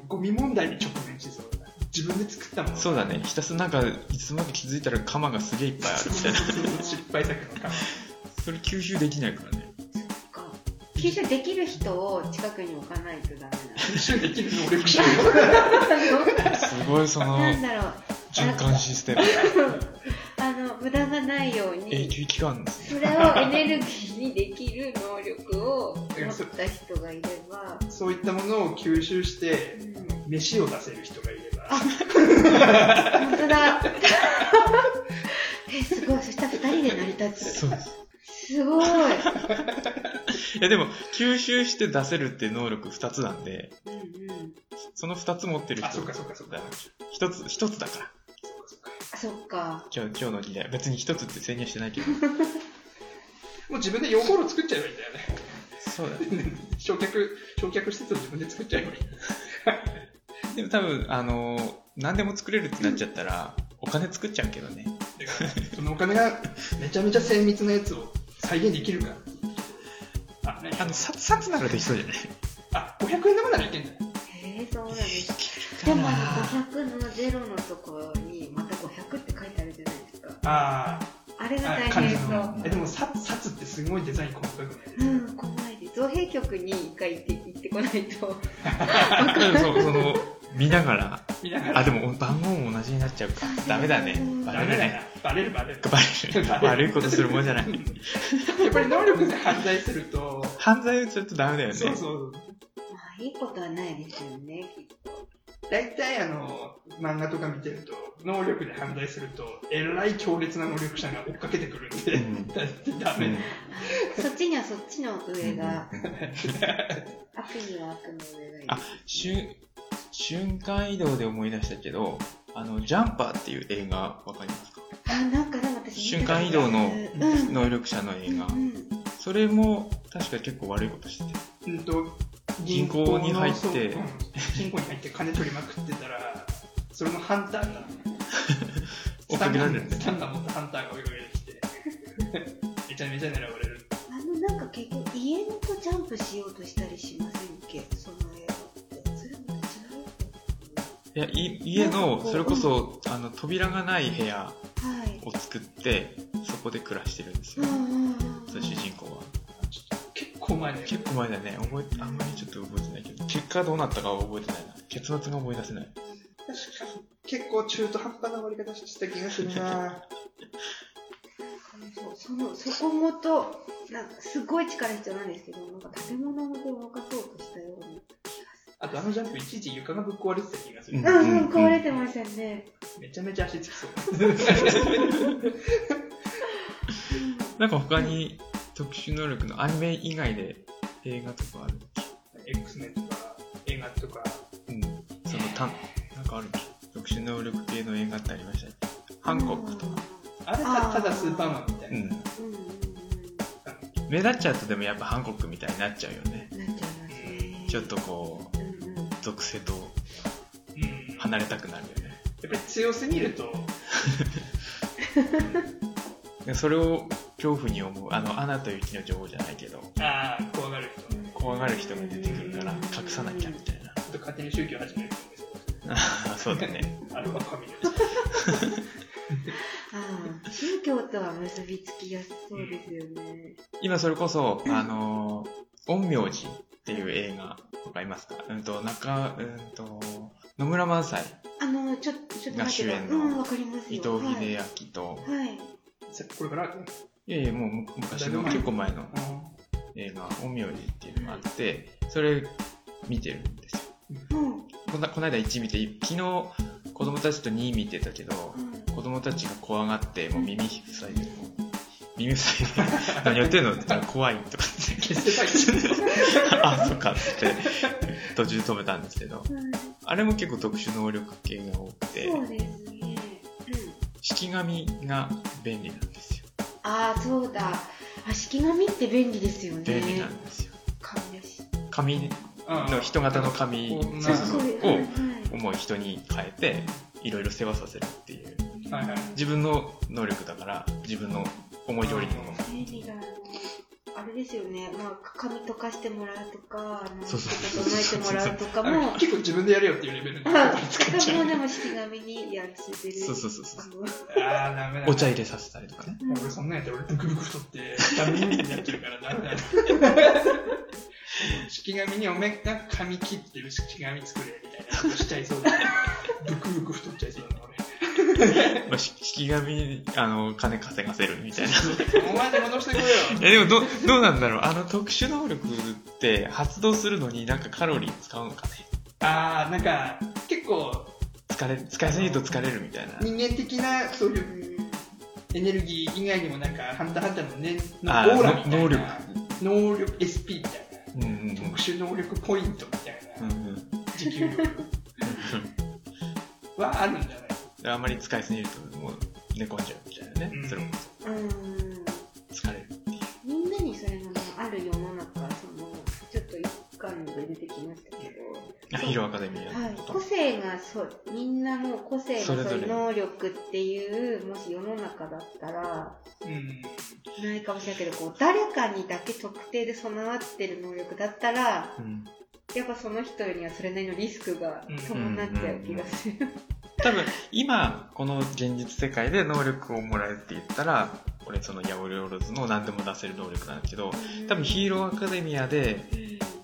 ゴミ問題に直面しそうだな自分で作った もの。
そうだねひたすらなんかいつまで気づいたら鎌がすげえいっぱいあるみたいな
失敗作の感
それ吸収できないからね
そっか吸収できる人を近くに置かないとダメなんだ
一緒にできる能力者
すごいその
なんだろう、
循環システム
あの、無駄がないよう
永
に、
久期間ですね
それをエネルギーにできる能力を持った人がいれば、
そういったものを吸収して
うん、
飯を出せる人がいれば、
本当だ え、すごい、そしたら二人で成り立つ。
そうです
すごい。
いやでも吸収して出せるっていう能力2つなんで
うんうん。
その2つ持ってる
あ、
人
そうかそうかそうか。
一つ、一つだから。
そうかそ
あそ
うか
っか。
今日、今日の議題。別に一つって宣言してないけど。
もう自分で養蜂炉作っちゃえばいいんだよね。
そうだ。
焼却、焼却施設を自分で作っちゃえばいい。
でも多分、あのー何でも作れるってなっちゃったら、お金作っちゃうけどね。
だから、そのお金がめちゃめちゃ精密なやつを再現できるか。あ、何
あの、札、札ならできそうじゃない
あ、500円玉ならいけんだよ。
へえ、そうなんです。でも、あの、500のゼロのところに、また500って書いてあるじゃないですか。
ああ。
あれが
あ
大
感じ
変そ
の
う。
えでも札札ってすごいデザイン細かくないです
う
か、
ん、怖いです。造幣局に一回行って行ってこないと。
うんそう、その、見ながら。
見ながら
あ、でも、番号も同じになっちゃうか
そうそう。
ダメだね。バ
バ
レる
レるな
ね。
バレるバレる
バレる。悪いことするもんじゃない。
やっぱり能力で犯罪すると
犯罪をするとダメだよね。
そうそう
まあ、いいことはないですよね。
大体あの漫画とか見てると能力で犯罪するとえらい強烈な能力者が追っかけてくるんで、
うん
だって ダ
う
メ、
ん
そっちにはそっちの上が、
うん
悪には悪の上がいる。
あ瞬瞬間移動で思い出したけど、あの、ジャンパーっていう映画わかりますか
あ、なんかでも私見
瞬
たことあ
間
る
移動の
うん。
能力者の映画
う。ん
それも確か結構悪いことしてて。
うんと
銀行
の
に入って
そううん銀行に入って金取りまくってたらそれのハンターが
追っかけられるんだ
ス
よ
タ
ね。
ンガン持ったハンターが追いかけてきてめちゃめちゃ狙われる
あの、なんか結局、家のとジャンプしようとしたりしませんっけその映画って。それも違う
いや、い家の、それこそ、あの、扉がない部屋
はい。
を作って、そこで暮らしてるんです
うん
よ
う。んうん。
そう主人公は。
結構前だよ
結構前だよね。覚えて、あんまりちょっと覚えてないけど、結果どうなったかは覚えてないな。結末が思い出せない。
確かに結構中途半端な終わり方した気がするな
そうそのそこもとなんかすごい力必要なんですけどなんか建物ごと動かそうとしたように
あとあのジャンプいちいち床がぶっ壊れてた気がする、
うん
うんうん壊れてましたよね、
めちゃめちゃ足つきそう
なんか他に特殊能力のアニメ以外で映画とかある
X メンとか映画とか
うん。その、たん、なんかある特殊能力系の映画ってありましたっけハンコックとか。
あれ
あー
たただスーパーマンみたいうな、
ん。
うんうんう
目立っちゃうとでもやっぱハンコックみたいになっちゃうよね。
んなっちゃいますね
ちょっとこう、
うんうん
属性と
うんやっ
離れたくなるよね。
ぱぱり強すぎると、
でそれを恐怖に思うあの「アナと雪の女王」じゃないけど
ああ、怖がる人、ち
怖がる人が出てくるから隠さなきゃみたいな
ょっと勝手に宗教始める人も
あ
い
ー そうだね
そうアルファファミリー
ああ、宗教とは結びつきやすそうですよね。
今それこそ、あのー、陰陽師っていう映画、わかりますかうんと、中、うんと、野村萬斎、
あの、ちょちょっと
が
待
主
って
演
う
の
ん、わかりますよ。
伊藤英明と、
はい。はい。
さこれから、
い、やいや、もうむ昔の、
だいぶ前
結構前の
あ
映画、陰陽師っていうのがあって、それ見てるんですよ。
うん。
こんなこの間1見て、昨日子供たちと2見てたけど、子供たちが怖がって、もう耳塞いで、もう耳塞いで、何やってんのって言ったら怖いとかって
ー 決してない
あ、そっかって、途中止めたんですけど、
うん
あれも結構特殊能力系が多くて、
そうですね。うん。
式紙が便利なんですよ。
ああ、そうだ。あ、式紙って便利ですよね。
便利なんですよ。
紙だし。
紙
うん
の人型の紙
こんな
そう
そ
そうう
そ
そうう
はいはい
を重い人に変えて、いろいろ世話させるっていう。
はいはい。
自分の能力だから、自分の思い通りにも。
便利だな。あれですよね。まあ、紙溶かしてもらうとか、あの
そうそう
整えてもらうとか
あの
も。
結構自分でやれよっていうレベルで。
あそれもでも式紙にやらせてる。
そうそうそうそう。
あの
ああ、ダメだ。
お茶入れさせたりとかね。
うん
俺そんなんやったら俺ブクブク太って、ダメになってるからダメだ。式紙におめえが髪切ってる式紙作れみたいなことしちゃいそうだね。ブクブク太っちゃいそうだな
まあ、し式紙に、あの、金稼がせるみたいな。
俺。お前で戻してこいよ。
え、でもど、どうなんだろうあの特殊能力って発動するのになんかカロリー使うのかね
ああ、なんか結構
疲れ、使いすぎると疲れるみたいな。
人間的なそういううんエネルギー以外にもなんかハンターハンターのね、
あ
の
ー
オーラみたいな。
能力。
能力 SP みたいな。
うんうん
特殊能力ポイントみたい
うん。う
なん
うん
持久力はあるんじゃない
あんまり使いすぎるともう寝込んじゃうみたいなね、
うん
それも
うん
疲れる
みんなにそれがねある世の中、その、ちょっと一巻で出てきましたけ
あ
そう
ヒーローアカデミー
ど、は
の
い、
こと、
個性がそう、みんなの個性がそ
それぞ
う
れ
いう能力っていう、もし世の中だったら、
うん。
ないかもしれないけど、こう、誰かにだけ特定で備わってる能力だったら、
うん、
やっぱその人にはそれなりのリスクが伴っちゃう気がする。
多分今この現実世界で能力をもらえるって言ったら俺そのヤオレオロズの何でも出せる能力なんだけど多分ヒーローアカデミアで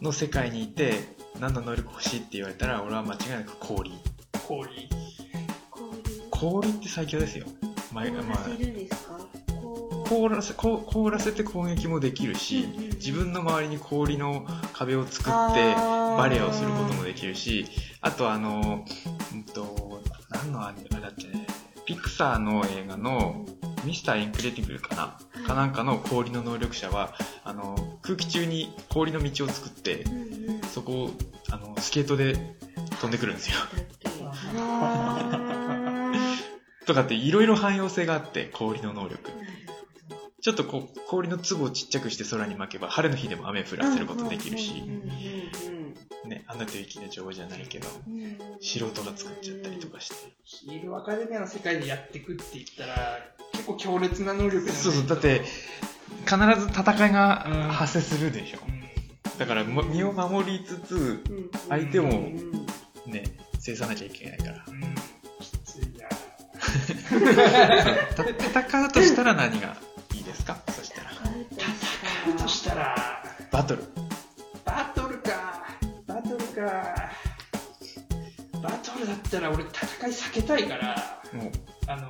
の世界にいて何の能力欲しいって言われたら俺は間違いなく氷
氷。
こ
氷って最強ですよ、ま
う
あ
いう、
まあ
凍らせるんですかこう、
凍らせこう凍らせて攻撃もできるし、
うんうん
自分の周りに氷の壁を作って
バ
バレエをすることもできるし、あとあの、うんと、何のアニメあれだっけね、ピクサーの映画のミスターインクレディブルかな、かなんかの氷の能力者は、あの、空気中に氷の道を作って、
うんうん
そこを、あの、スケートで飛んでくるんですよ。
だっけあ
とかっていろいろ汎用性があって、氷の能力
ー。なるほど
ちょっとこう、氷の粒をちっちゃくして空に巻けば、晴れの日でも雨降らせることできるし
うん、
ね、アナと雪の女王じゃないけど、
うんうんうんうん
素人が作っちゃったりとかして。
ヒーローアカデミアの世界でやっていくって言ったら、結構強烈な能力なん
そうそう、だって、必ず戦いが発生するでしょ。
う
だから、も身を守りつつ、
うんうん
相手
う
も
んうん
ね、制さなきゃいけないから。
ん。うん。きついな。
た戦うとしたら何がいいですかそしたら。
あるとしたら
としたら、
バトル。
バトルか。バトルか。バトルだったら俺戦い避けたいから、
もう、
あの、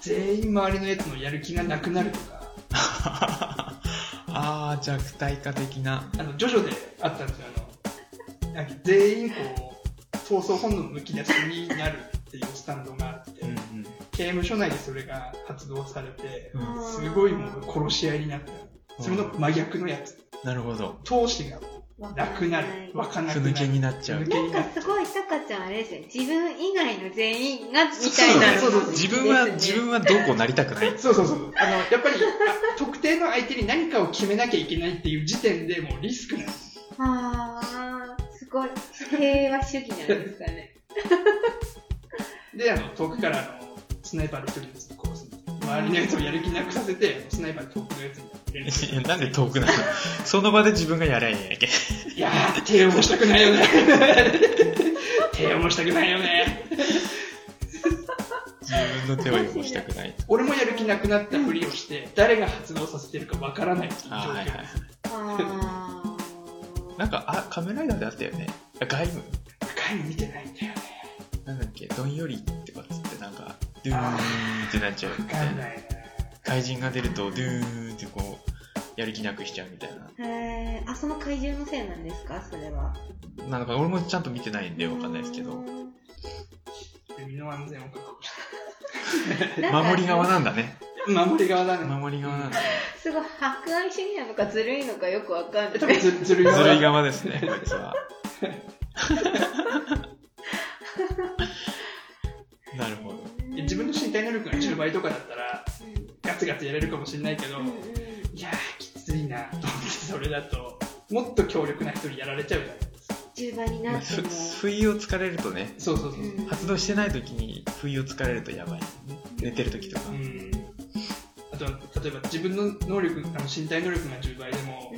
全員周りのやつのやる気がなくなるとか、
ああ、弱体化的な。
あの、ジョジョであったんですよ、あの、なんか全員こう、闘争本能むき出しになるっていうスタンドがあって、刑務所内でそれが発動されて、
うん
うん
すごいもう殺し合いになった。それの真逆のやつ。
なるほど。
闘志がなくなる。わかんなく
ふ
な
ぬ
る。
けになっちゃう
ふ。
なんかすごいタカちゃんあれですよね自分以外の全員がみたいな
そうそうそう
自分は、自分はどうこうなりたくない。
そうそうそう。あの、やっぱり、あ特定の相手に何かを決めなきゃいけないっていう時点でもうリスクなんです。
ああすごい平和主義なんですかね
で、あの、遠くからあの、スナイパーで一人ずつ殺す。周りのやつをやる気なくさせて、スナイパーで遠くのやつに入れる。
いやなんで遠くなのその場で自分がやりゃいいんやけ。
いやー、手をもしたくないよね。 手をもしたくないよね。
自分の手を汚したく ない。
俺もやる気なくなったふりをして、誰が発動させてるかわからないっていう状
あーはいはい
況です。
あー
なんか、あ、カメライダーであったよね。あ外務
深いの見てないんだよね。
なんだっけ、どんよりってかっつって、なんか、ドゥーンってなっちゃうみ
わ
た
か
い
ん
な。
ない
怪人が出ると、ドゥーンってこう、やる気なくしちゃうみたいな。
へーあ、その怪獣のせいなんですかそれは。
なんか、俺もちゃんと見てないんでわかんないですけど。
な。身の安全を確保し
守り側なんだね。
て。守り側だね。
守り側なんだ。
すごい、博愛主義なのかずるいのかよくわかん
え多
な
分
い。
ずずるい
ず
側
るい側ですね、こいつは。なるほど。
え自分の身体能力が10倍とかだったら、
うん
ガツガツやれるかもしれないけど、
うんうん
いやー、きついなと思って、それだと、もっと強力な人にやられちゃうじゃないですか。
10倍になって
ふ
も。
不意をつかれるとね、
そうそうそう。
うん
発動してない時に不意をつかれるとやばい、ね、寝てる時とか、
うん。あと、例えば自分の能力、あの身体能力が10倍でも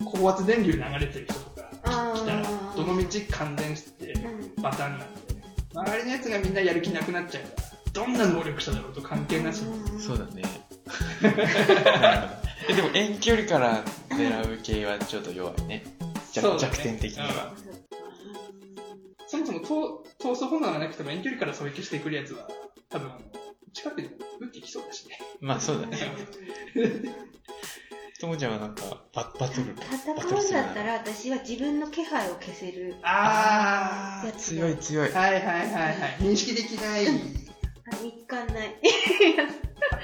う、ん
高圧電流流れてる人とか
あー
来たら、どの道感電して
うん
パターンなんで、周りのやつがみんなやる気なくなっちゃうから、どんな能力者だろうと関係なしに。
そうだねなるほど えでも遠距離から狙う系はちょっと弱いね弱
そうだね
弱点的には
うんそもそもと闘争炎がなくても遠距離から狙撃してくるやつは、多分、近くに撃ってきそうだしね。
まあそうだねともちゃんはなんかババトルバトル
戦う
する
んだっ
な
たら私は自分の気配を消せる
あ
やつ
強い強い
はいはいはいはい。認識できない。
あ見つかんない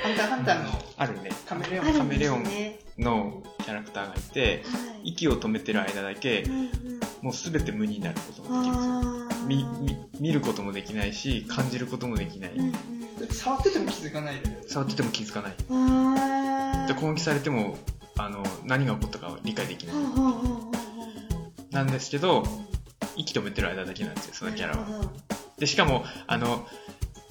ハンターハンターの
あるね
カメレオン。
ある
カ
ん
メ
で
レオ
す
ン
ね
のキャラクターがいて
はい
息を止めてる間だけ
うんうん
もう全て無になることができるんですよ
あー
みみ見ることもできないし感じることもできない、
うんうん
触ってても気づかないで。
触ってても気づかない
あー
で攻撃されてもあの何が起こったかは理解できない
ほうほうほうほうほ
なんですけど息止めてる間だけなんですよそうのキャラ
な
は
るほど
でしかもあの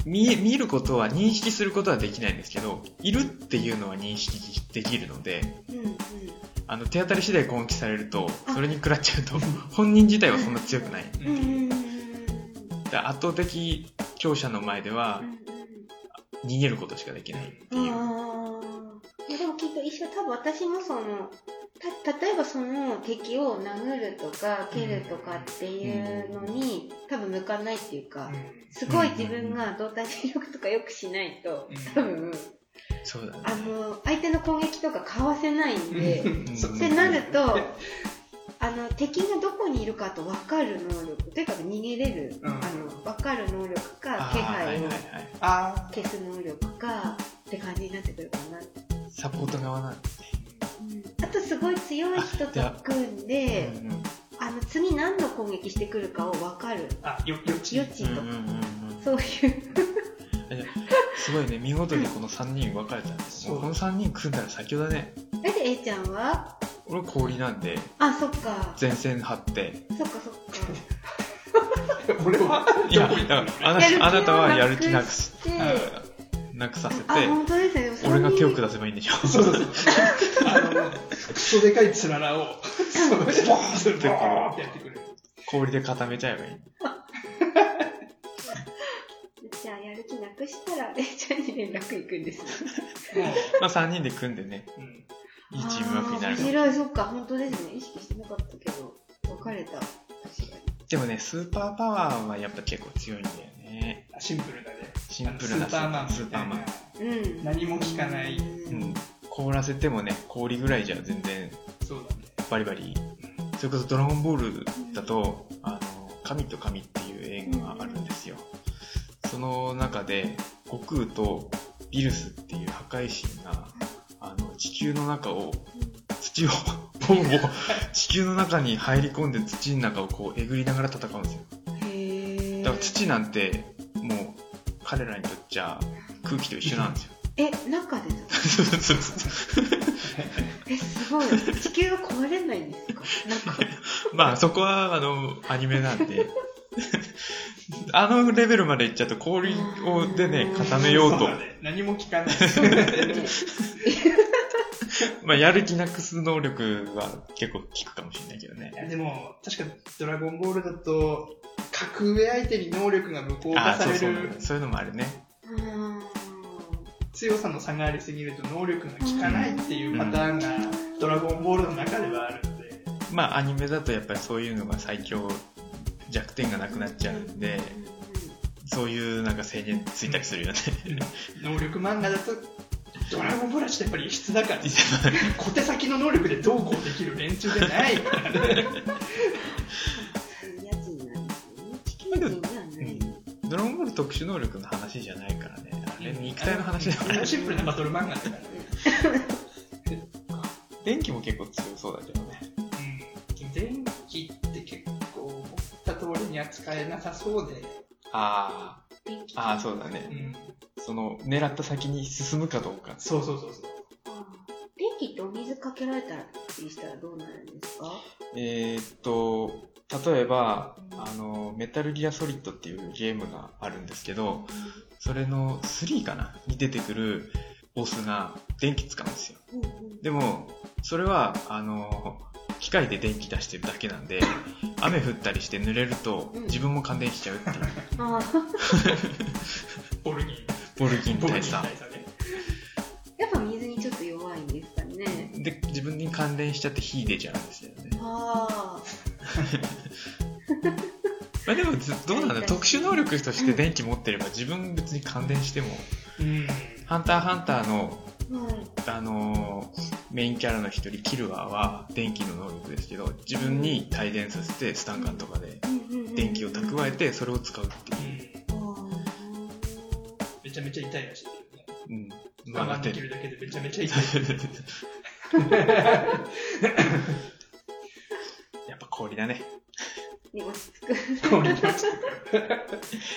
見え見ることは認識することはできないんですけどいるっていうのは認識できるので
うんうん
あの手当たり次第攻撃されるとそれに食らっちゃう と本人自体はそんな強くない
うんうんうんうん
で圧倒的強者の前では逃げることしかできないって
うんうん
いう
あーいやでもきっと一緒多分私もそのた例えばその敵を殴るとか蹴るとかっていうのに、多分向かないっていうか、すごい自分が動体視力とかよくしないと、多分、
そうだね
あの、相手の攻撃とかかわせないんで、
うん
そ
ってなると、あの、敵がどこにいるかと分かる能力、というか逃げれる、
うん
あの、分かる能力か
あ、ーは
気
い
配
は
を
いはい
あ
消す能力か、って感じになってくるかな。
サポート側なんですね
あとすごい強い人と組んで、
うんうん
あの、次何の攻撃してくるかを分かる。
あ、あ、よ、よち。
予知と
うん
か、
うんうんうん
そう いう。
すごいね、見事にこの3人分かれたんです。
そう
もうこの3人組んだら先ほどね、
え、で、A ちゃんは
俺は氷なんで、
あ、そっか。
前線張って、
そっかそっか。
俺は、
いや、だからあ
やる気
な
を
あなたはやる気なく
し
す、
て、
なくさせ
あ、本
て、
当ですね。でも
俺が手を
そんな
下せばいいんでしょ。
そうそうそう。あの、クソでかいつららを、そう、ボーンするボーンってやってくる。
氷で固めちゃえばいい。
じゃあ、やる気なくしたら、レイちゃんに連絡行くんですね。
も
まあ3人で組んでね、
う、うん。
いいチームワークになるか
あー面
も。
白い、そっか、本当ですね。意識してなかったけど、分かれた。確か
でもね、スーパーパワーはやっぱ結構強いんだよね。
シンプルだね。
シンプルな
スーパーマン。
スーパーマン。
に。うん。
何も聞かない。
うん。凍らせてもね、氷ぐらいじゃ全然
そうだね。
バリバリそれこそ「ドラゴンボール」だと「あの神と神」っていう映画があるんですよその中で悟空とビルスっていう破壊神があの地球の中を土をボンボン地球の中に入り込んで土の中をこうえぐりながら戦うんですよだ
へえ。
から土なんてもう彼らにとっちゃ空気と一緒なんですよ
え、中でだ
そうそうそうそう
え、すごい。地球は壊れないんですか中。
まあそこはあのアニメなんで あのレベルまでいっちゃうと氷をでね、固めよう
そ
と
だ。ね。何も聞かない。
まあ、やる気なくす能力は結構効くかもしれないけどね
い。やでも、確かドラゴンボールだと、格上相手に能力が無効
あ
化
あ、
さ
そう
れ
そう
る。
そういうのもあるね。
うん
強さの差がありすぎると能力が効かないっていうパターンがドラゴンボールの中ではあるんで、
まあ、アニメだとやっぱりそういうのが最強、弱点がなくなっちゃうんで、そういうなんか制限ついたりするよね。
能力漫画だとドラゴンボールはちょっとやっぱり異質だから小手先の能力でどうこうできる連中じゃないからね
そういうやつになるんですよね。地球人ではない。
ドラゴンボール特殊能力の話じゃないからね。あれ、 肉体の話だか
あ
ら
の。シンプルなバトル漫画だからね、
電気も結構強そうだけどね。
うん、電気って結構思った通りに扱えなさそうで、
あ
電気
あ、ああ、そうだね
う。ん、
その、狙った先に進むかどうか。
そうそうそうそう
電気ってお水かけられたらってしたらどうなるんですか
えーっと、例えば、あの、メタルギアソリッドっていうゲームがあるんですけど、それの3かなに出てくるボスが電気使うんですよ。
うんうん
でも、それは、あの、機械で電気出してるだけなんで、雨降ったりして濡れると
うん、
自分も感電しちゃうっていう、
あー
ボルギー
ボルギン大佐。
ね
やっぱ水にちょっと弱いんですかね。
で、自分に感電しちゃって火出ちゃうんですよね。
ああ。
まあでも、ずどうなんだろう特殊能力として電気持ってれば、自分別に感電しても、
うん
ハンターハンターの
はい。
あのーメインキャラの一人キルアは電気の能力ですけど自分に帯電させてスタンガンとかで電気を蓄えてそれを使うって
う
い
んめちゃめちゃ痛いらしいけどね
う、うん、
我
曲
慢
がって
でき
る
るだけでめちゃめちゃ痛い
やっぱ氷だね
に落ち着く。
氷の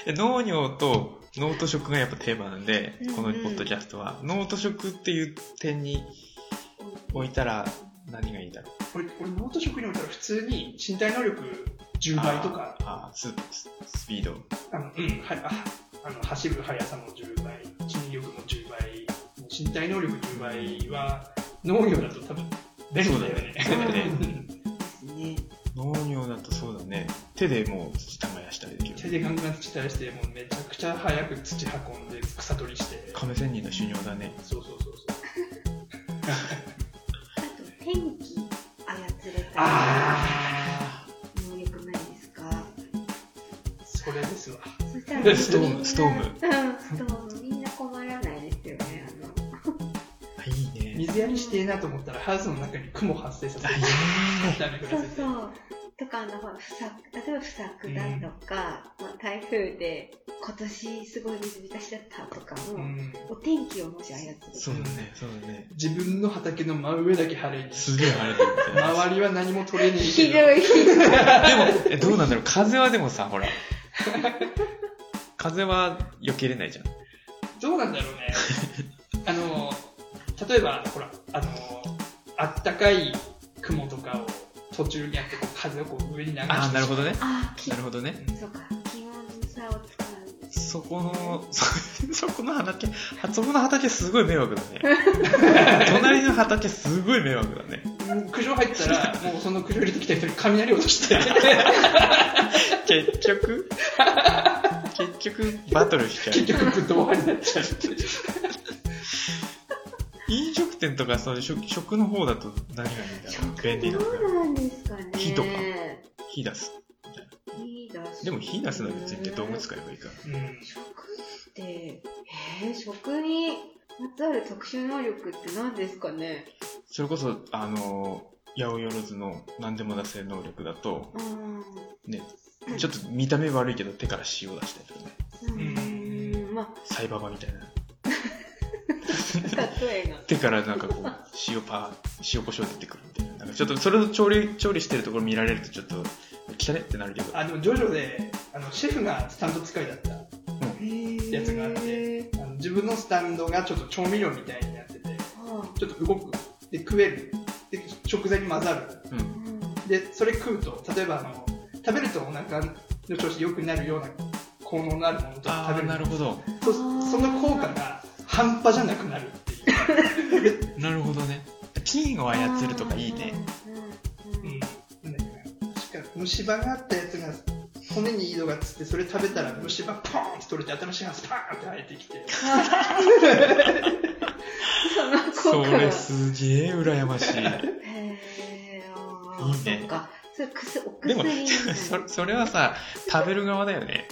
で農業と脳と食がやっぱテーマなんで
うんうん
このポッドキャストは脳と食っていう点に置いたら何がいいだろう
俺俺ノート職に置いたら普通に身体能力10倍とか
あースーススピード
あの、うん、はああの走る速さも10倍筋力も10倍身体能力10倍は農業だと多分便利だよね
そうだね
ですね。
農業だとそうだね手でもう土耕したりでき
手
る
でガンガン土垂らしてもうめちゃくちゃ早く土運んで草取りして
亀仙人の修行だね
そうそうそうそう
あと、天気操れたら
ああ
能力ないですか
それですわ
そしたら
ストームストーム
うん、ストーム。みんな困らないですよね。あの、
あいいね
水やりしてえなと思ったらハウスの中に雲発生させ
あい
て
いね
ダメ降
そ
ら
う
せて
そう。とか、あの、ほら不作、例えば不作だとか、まあ、台風で、今年すごい水浸しだったとかも、
うん
お天気をもし操る。
そうだね、そうだね。
自分の畑の真上だけ晴れに
すげえ晴れてるみたいな。
周りは何も取れねえ
ひ
け
ど
ど
い、ひどい。
でも、え、どうなんだろう、風はでもさ、ほら。風は避けれないじゃん。
どうなんだろう ねあの例えばほらあのあったかい雲とかを途中にあってこう風をこう上に流して
ああ、なるほどね。
ああ、き
なるほどね。
そうか、気温差を使う。
そこの、そ、そこの畑、あそこの畑すごい迷惑だね。隣の畑すごい迷惑だね。
もう苦情入った らもうその苦情入れてきた人に雷落として
結局、結局、バトルしちゃう
結。局ぶっ飛ばになっちゃうって
飲食店とか、その食、食の方だと何がいいんだろう。便利な
ど
のか
う
な。
なんですかね。
火とか火出す。
火出す。
でも火出すのは別に別に道具使えばいいから。
うん
食って、えー、食にまつわる特殊能力って何ですかね
それこそ、あの、八百万の何でも出せる能力だと、
うん。
ね
う、ん
ちょっと見た目悪いけど手から塩出したりとかね、
うん。ま
サイババみたいな。
あ、例 えが。
手からなんかこう、塩パー、塩コショウ出てくるみたいな。なんかちょっとそれを調理、調理してるところ見られるとちょっと、汚ねってなるけど、
あでもジョジョであのシェフがスタンド使いだったや
や
つがあってあの自分のスタンドがちょっと調味料みたいになってて
は
ちょっと動くで食えるで食材に混ざる
う
あ
ん。
うん
でそれ食うと例えばあの食べるとお腹の調子良くなるような効能のあるものとか
あ
食
あ
べ
な
る
るほど
とその効果が半端じゃなくなる っていう、
なるほどね金を操るとかいいね
うんうん
うん、なんだっけな確か虫歯があったやつが骨に色がつってそれ食べたら虫歯ポーンって取れて新しい歯スパーンって生えてきて
そ
そ
の効果
れ
が
すげえ羨ましい
へえ
いいね
そっかそれ薬お
でも
薬みたいな
そそれはさ食べる側だよね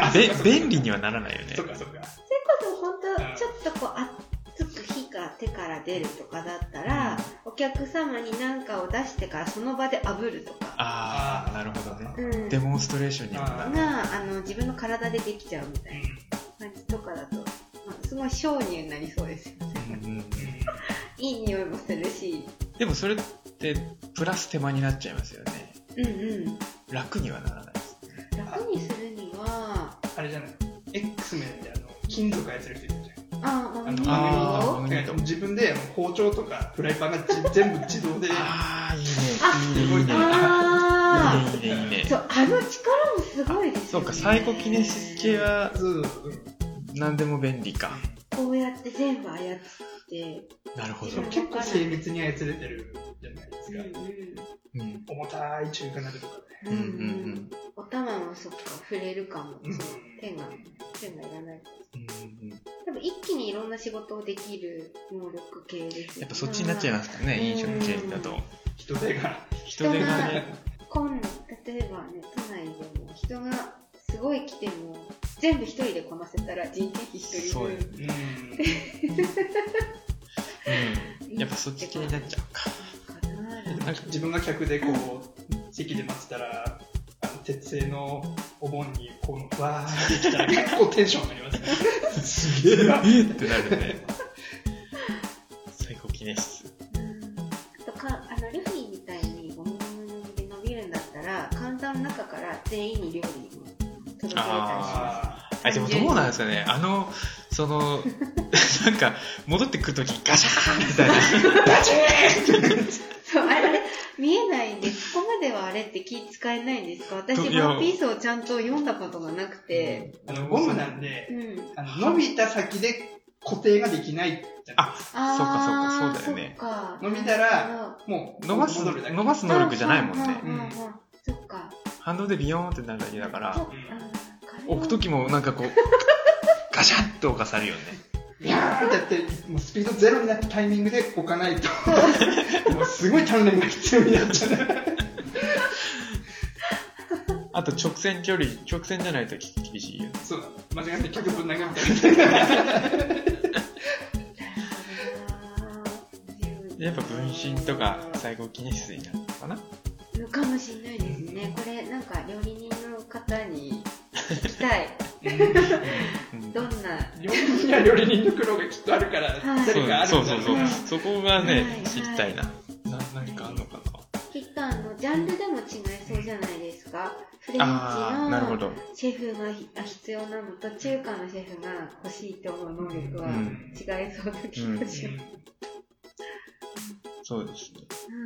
あ
べ
そっか
便利にはならないよね
そっかそっか
でも本当ちょっとこう熱く火が手から出るとかだったら、お客様に何かを出してからその場で炙るとか、
ああなるほどね
うん、
デモンストレーションにもなる
があの自分の体でできちゃうみた
うん
いな感じとかだと、まあ、すごい商になりそうですよね
うんうんうん
いい匂いもするし
でもそれってプラス手間になっちゃいますよね
うんうん
楽にはならないですね
楽にするには
あれじゃない X メンであの金属操る人いるじゃん
ああ
あの
あ
あ
ー
なんか自分であの包丁とかフライパンがじ全部自動で
ああ
あ
いいねいいねいいね
あ
いいねいいねいいね
ーそうあの力もすごいですよね
そうかサイコキネシス系は
そう
何でも便利か
こうやって全部操って
なるほ
しか
ど
も、結構精密に操れてるじゃないですか、
うん、
重たい中華鍋とかね
うんうんうん
お玉もそっか触れるかも、
うん
そう手が手がいらない
うんうん
多分一気にいろんな仕事をできる能力系ですよ
やっぱそっちになっちゃいますからね
うん
飲食系だと
人手が
人手がね
今例えばね都内でも人がすごい来ても全部一人でこなせたら人件費一人
そう
分
です
うん
うんやっぱそっち系になっちゃうか
かな
なんか
自分が客でこう席で待ってたらあの鉄製のお盆にこうわーってきた ら結構テンション上がりますね
す げええってなるね最高記念室
うんあとかあのルフィみたいにゴムゴムの指で伸びるんだったらカウンターの中から全員に料理も届けれたりしま
あ
あでもどうなんですかねあのその なんか戻ってくるときガシャーンみ たいな
すそうあれあれ見えないんでここまではあれって気使えないんですか私
いや
ワンピースをちゃんと読んだことがなくて
ーあのゴムなんで
うん
あの伸びた先で固定ができないじゃないですか
あ
そう
ー
かそうかそうだよね
そっか
伸びたらもう
伸ばす
戻るだけ
伸ばす能力じゃないもんね
ううううんそっか
反動でビヨーンってなるだけだから置く
と
ときもなんかこうガシャッと置かされるよね
ビャーンってやってもうスピードゼロになったタイミングで置かないともうすごい鍛錬が必要になっちゃう
あと直線距離直線じゃないとき厳しいよね
そうだ間違って客ぶん投げみたい
やっぱ分身とか最高記念室になるのかな
のかもしれないですね。これなんか料理人の方に聞きたい。
な
うん
どんな。
料理人には料理人の苦労がきっとあるから
はい
誰かあ
そ
る
うん
だ
そう
ろ
そうう
な
そうそこがね、
はい
知りたいなな何かあんのかな
きっとあのジャンルでも違いそうじゃないですか。フレンチ
ああなるほ
の
ど
シェフがひ必要なのと中華のシェフが欲しいと思う能力は
うん
違いそうな気がします。
そうですね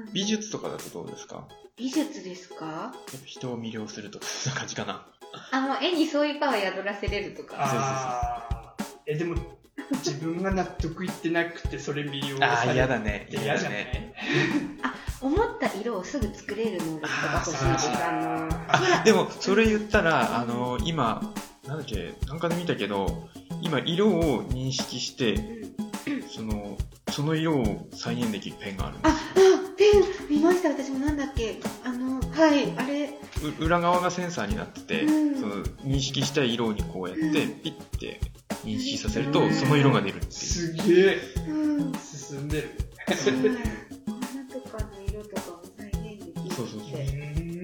うん
美術とかだとどうですか
美術ですか？
やっぱ人を魅了するとかそんな感じかな
あの絵にそういうパワー宿らせれるとか。
ああえでも自分が納得いってなくてそれ魅了
あ
さ
あ
れ
嫌
て
だね
嫌じゃない
思った色をすぐ作れる能力とか欲しいですあの
あでもそれ言ったらあの今なんだっけなんかで見たけど今色を認識して
うん
そのその色を再現できるペンがあるんで
あ、あ、ペン見ました私もなんだっけあのはいあれ
すう裏側がセンサーになってて、
うん
その認識したい色にこうやって
うん
ピッて認識させるとその色が出るっていう
すげえ
うんはい
進んでる
花とかの色とかも再現できるって
そうそうそう
うん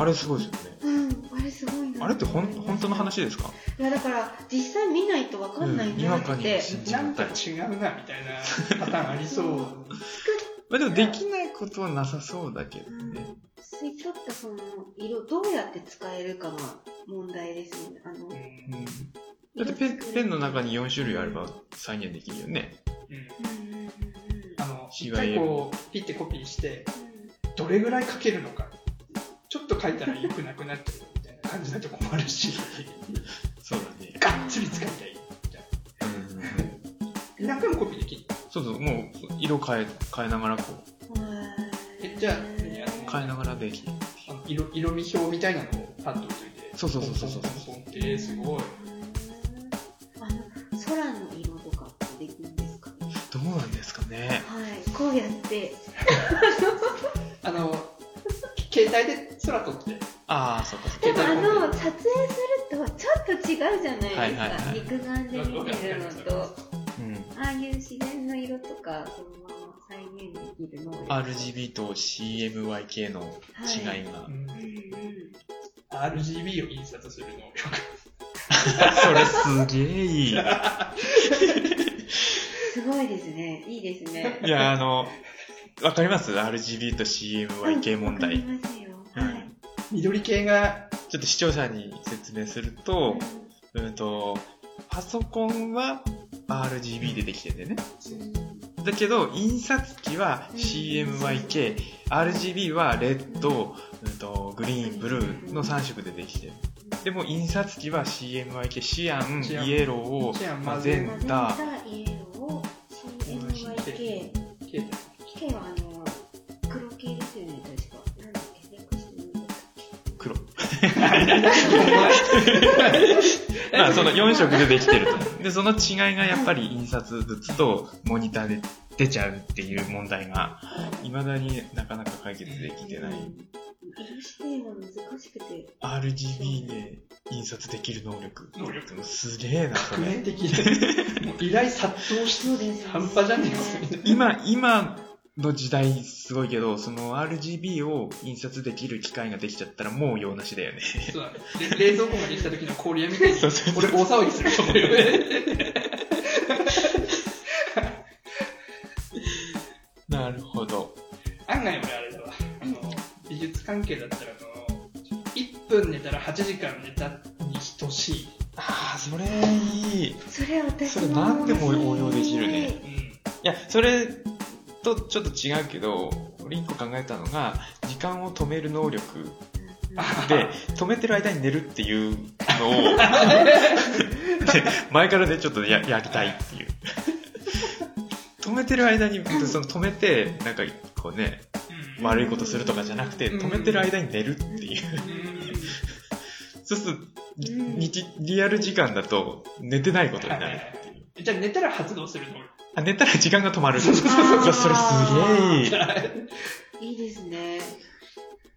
あれすごいですよね
うんあれすごいな
あれってほん本当の話
い
ですか
やだから実際見ないとわかんない
うんにわ
な
か
っ
に
て
信じ
な
が
んか
たい
違うなみたいなパターンありそう
まあでもできないことはなさそうだけどね
吸い取ったその色どうやって使えるかが問題ですよねあの
うん
うんだってペンペンの中に4種類あれば再現できるよね
う
うん
ん
うんうんうん
あの、
違い
一回こう、ピッてコピーして、どれぐらい書けるのか、ちょっと書いたら良くなくなっちゃうみたいな。感じだと困るし、
そうだね。
がっつり使いたい。何回もコピーできる
そうそう、もう、色変え、変えながらこう、
えじゃああ
変えながらできる。
あの色色味表みたいなのをパッと置いといて。
そうそうそうそうそう
ポンポンポンポンって、えーすごい。
あの空の色とかってできるんですかね
どうなんですかね。
はいこうやって
あの、携帯で空撮って。
ああ、そうか。
でもあの撮影するとちょっと違うじゃないですか、
はいはいはい
肉眼で見てるのと
うん。
ああいう自然の色とかそのまま再現できるの
RGB と CMYK の違いが。
うんうん、
RGB を印刷する能力。
それすげえいい。い
すごいですねいいですね
や、あの、わかります ?RGB と CMYK 問
わかり
題。
ますよ
うん
はい
緑系が、
ちょっと視聴者に説明すると、うんと、パソコンは RGB でできててね。だけど、印刷機は CMYK、RGB はレッド、うんと、グリーン、ブルーの3色でできてる。でも、印刷機は CMYK、シアン、
シアン
イエローを
シアン
混ぜ
マゼン
んだ
タ。 イエローを CMYK
携
K はあの黒系ですよね確かなんだっけ略してなんだっ
黒。
帯。
まあ、その4色でできてると。で、その違いがやっぱり印刷物とモニターで出ちゃうっていう問題が、未だになかなか解決でき
け
てない。
色指定が難しくて
RGB で印刷できる能力。
能力
すげえな、そ
革
れ。
命的 で、もう依頼殺到
そう
し
です
て、
よね
半端じゃねえかみたいな。
今、今の時代すごいけど、その RGB を印刷できる機械ができちゃったらもう用なしだよね。
そうだね。冷蔵庫ができた時の氷屋みたいに、
そうそうそう
俺大騒ぎすると思うよね。
なるほど。
案外俺あれだわ。あの、美術関係だったら、あの、1分寝たら8時間寝たに等しい。
ああ、それいい。い
それ私
それ
も
何でも応用できるね
うん。
や、それとちょっと違うけど、俺一個考えたのが、時間を止める能力で、止めてる間に寝るっていう のを、で前からね、ちょっとややりたいっていう。止めてる間に、その止めて、なんかこうね、
うん
悪いことするとかじゃなくて、
うん
止めてる間に寝るっていう。
う
そうすると、じ
うん
日リアル時間だと寝てないことになるっていう。
んじゃあ寝たら発動するの
あ、寝たら時間が止まる。いや、それすげえいい。
いいですね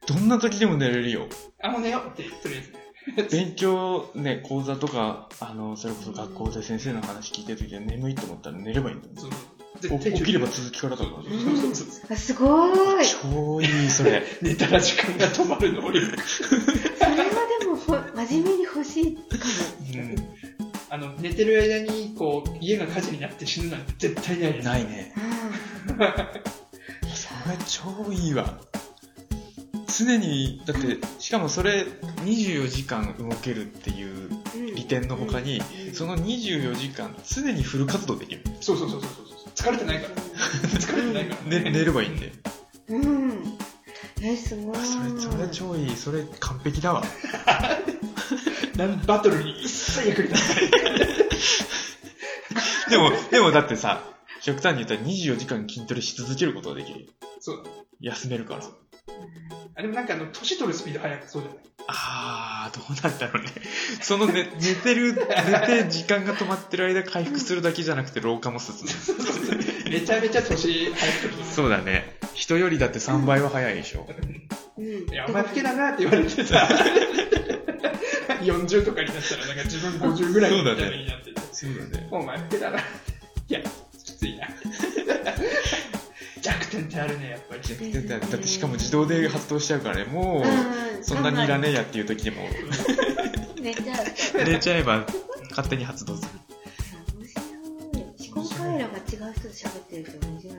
どんな時でも寝れるよ。
あ、もう寝ようって、とりあえずね。
勉強ね、講座とか、あの、それこそ学校で先生の話聞いてる時は眠いと思ったら寝ればいいんだよ
そう
お
絶対
起きれば続きからだから。
そうそうそうそう
あすごい
超いい、それ。
寝たら時間が止まる能力。
それはでもほ真面目に欲しいか
うん。
あの、寝てる間に、こう、家が火事になって死ぬなんて絶対ないです。
ないね。
も、
それ超いいわ。常に、だって、しかもそれ24時間動けるっていう
うんう ん
利点の他に、その24時間常にフル活動できる。
そうそうそうそうそう。疲れてないから。疲れてないから。
ね、寝ればいいんで。
うんえすごい
あそれ、それ超いい。それ完璧だわ。
なんバトルに一切役に立たない。
でも、でもだってさ、極端に言ったら24時間筋トレし続けることができる。
そう。
休めるから。
あ、でもなんかあの、年取るスピード速くそうじゃない
あー、どうなんだろうね。その寝、寝てる、寝て時間が止まってる間回復するだけじゃなくて老化も進む。
めちゃめちゃ年早く取る。
そうだね。人よりだって3倍は早いでしょ。
うん
いや、お前老けだなって言われてさ、40とかになったら、なんか自分50ぐらいみたいになってて、
そうだね。
お前老けだな。いや、きついな。弱点ってあるね、やっぱり。
だってだってしかも自動で発動しちゃうからね、も
うん
う、そんなにいらねえやっていう時でも、
めっちゃ
寝ちゃえば勝手に発動する。
面白い思考回路が違う人と喋ってると面白いです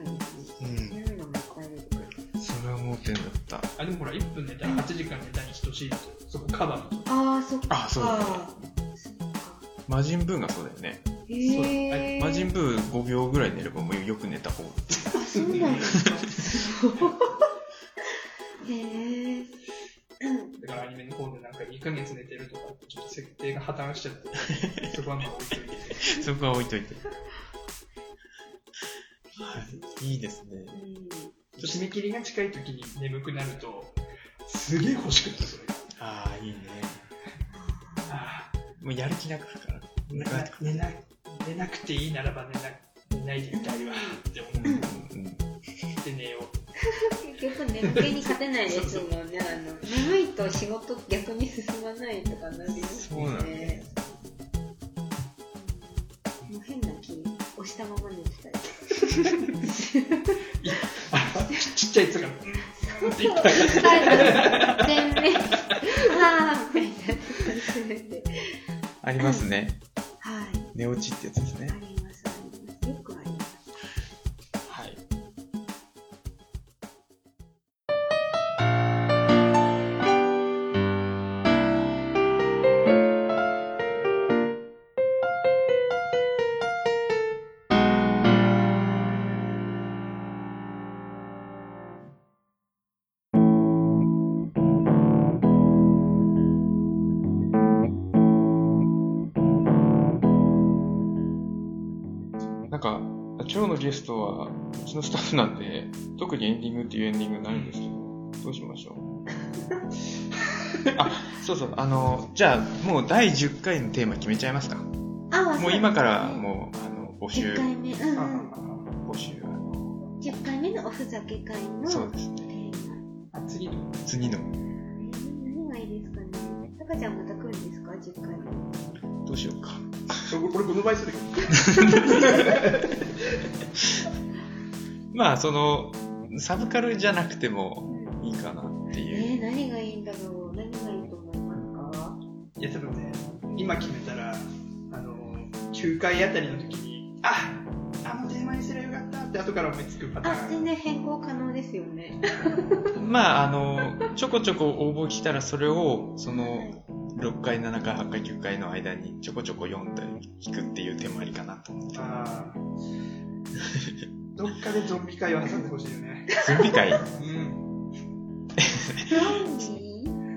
う
ね
ん。
そういうのもいっぱい出てくる
それは盲点だった。
あ、でもほら、1分寝たら8時間寝たに等しいですよそこカバー。
ああそっか
あそうだ
そっか
魔人ブーがそうだよね。
へえ
魔人ブー5秒ぐらい寝ればもうよく寝た方。
あそうなんですかへえ
だからアニメの方でなんかいい1ヶ月寝てるとかってちょっと設定が破綻しちゃって、そこはまあ置いとい て。
そこは置いといて。
う
いいですね。
ん
締め切りが近い時に眠くなると、すげえ欲しくて、それが。
ああ、いいね。
あ
もうやる気なくなるから。
ー寝な寝な寝なくていいならば寝な寝ないでいたいわって思
うん
って寝よう。
結局眠気に勝てないですもんね。あの眠いと仕事逆に進まないとかなります
そう
よ
なんだ
ね。もう変な気押したまま寝てたり。
あちっちゃいやつが、うん
そう疲れた。全面。ああみたいな感じで。
ありますね。
はい。
寝落ちってやつです
あ
ね。
りますあります。よくあります。
はい。なんか、今日のゲストは、うちのスタッフなんで、特にエンディングっていうエンディングないんですけど、どうしまし ょう。あ、そうそう、あの、じゃあ、もう第10回のテーマ決めちゃいますか。も
ああ
う今から、もう、あの、募
十
集、
回目。うんうん。
募集、あの、
十回目のおふざけ会の
そう
テ
ですね。
ーマ。
あ次の
次の、
何がいいですかね。タカちゃんまた来るんですか十回目。
どうしようか。
俺この場合する
まあ、その、サブカルじゃなくても
うん
いいかなって
え
いう。
ー、何がいいんだろう何がいいと思いますか
いや多分ね今決めたらあの9回あたりの時にああのテーマにすればよかったって後から思いつくパタ
あ
ーン
全然変更可能ですよね
まあ、あの、ちょこちょこ応募来たら、それを、その、6回、7回、8回、9回の間にちょこちょこ読んだり聞くっていう手もありかなと思って。
あー どっかでゾンビ会を挟んでほしいよね
ゾンビ界
うん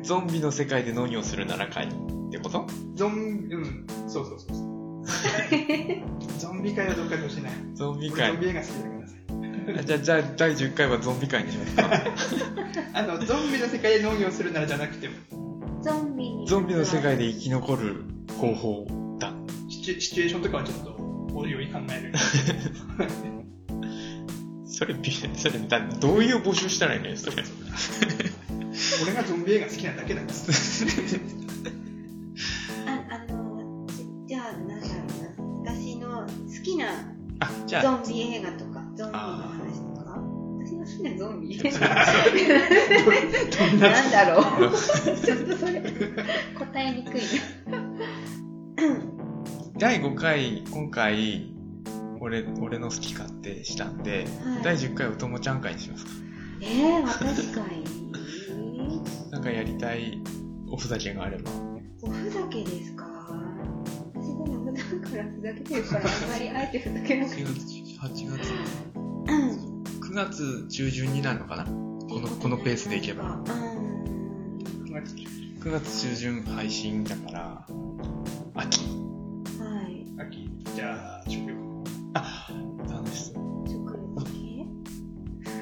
ゾ
ゾ
ンビ
ンビの世界で農業するなら会ってこと
ゾンうんそうそうそうそうゾンビ会はどっかでほしいな
ゾンビ
俺ゾ
界。
ンビ映画好きだからさ
あじゃあ、じゃあ、第10回はゾンビ界にしますか。
あのゾンビの世界で農業するならじゃなくても
ゾンビに
ゾンビの世界で生き残る方法だ。
シチュシチュエーションとかはちょっとおいおい考 える
それ、びそれ、だどういう募集したらいいのよ、それ。
俺がゾンビ映画好きなだけだか ら
ああのじじゃあなんだろうな私の好きな
あ、じゃあ、
ゾンビ映画とかゾンビの話とか私の好きなゾン ビなんだろう ちょっとそれ答えにくい
第5回、今回、俺、俺の好き勝手したんで、
はい
第10回おともちゃん会にしますか。
なえー、確かに
なんかやりたいおふざけがあれば。
おふざけですか私でも普段からふざけてるからあんまりあえてふざけな くて
8月、
うん
9月中旬になるのかなこのこのペースでいけば
うん
9月中旬配信だから秋
はい
秋じゃあ食欲
あ楽しそう
食欲系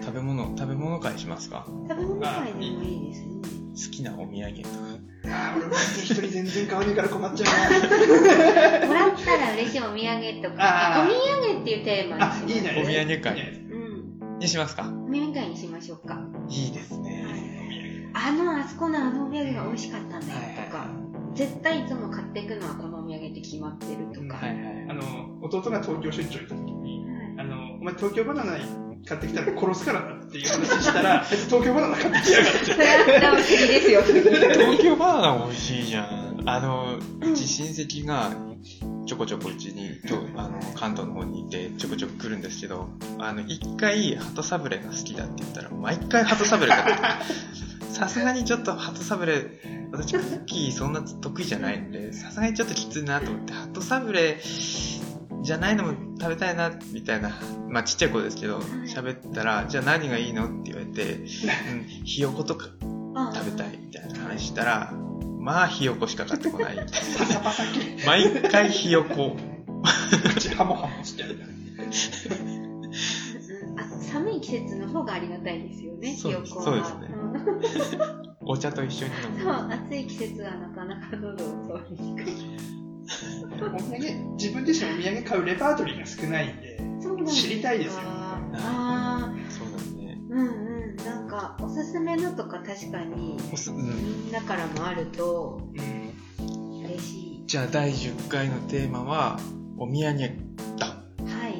食べ物食べ物会しますか
食べ物界でもいいですね
好きなお土産とか
あー俺も一人全然買わねえから困っちゃう
もらったら嬉しいお土産とか
あ
お
ー
土産っていうテーマ
な
に
あ
しま
いい
お土
ね
産会
いいね
うん
にしますか
お土産会にしましょうか
いいですね
はいあのあそこのあのお土産が美味しかったんだよとか、
はい
絶対いつも買っていくのはこのお土産って決まってるとか、
はいはい
あの弟が東京出張行った時に
はい
あの「お前東京バナナ買ってきたら殺すからな」っていう話した ら「あいつ東京バナナ買ってきやがって
それは 直しですよ
東京バナナ美味しいじゃんあのうち親戚がちょこちょこうちにとあの関東の方にいてちょこちょこ来るんですけどあの一回鳩サブレーが好きだって言ったら毎回鳩サブレー買ってくるさすがにちょっと鳩サブレー私クッキーそんな得意じゃないんでさすがにちょっときついなと思って鳩サブレーじゃないのも食べたいなみたいなまあちっちゃい子ですけど喋ったらじゃあ何がいいのって言われて、うん、ひよことか食べたいみたいな話したら、まあ、ひよこしか買ってこない。
パサパサ系。
毎回ひよこ。
口ハモハモしてる。
うんあ寒い季節の方がありがたいですよね、
そう
ひよこは。
そうですね
ん
お茶と一緒に飲
そう、暑い季節はなかなか喉を通りにくい。
お土産、自分自身お土産買うレパートリーが少ないんで、
そうなん
知りたいですよ
ああ
む。そうだね。
ー、うんうん。なんか、おすすめのとか確かに、
おすうん
みんなからもあると
うん。
嬉し
じゃあ、第10回のテーマは、おみやにえだ。
い。はい。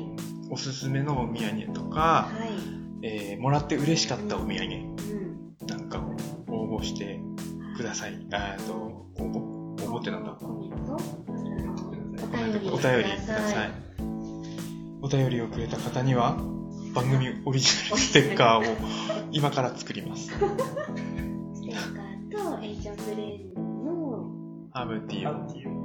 おすすめのおみやにえとか、
はい。
えー、もらって嬉しかったおみやに
うん。
えなんかを応募してください。あーっと、応募応募ってなんだ
コメント
お便りください。お便りをくれた方には番組オリジナルステッカーを今から作ります。
ステッカーと、エイジャンブレーンの、
ハーブティ
あ
ーを。
っていう。
は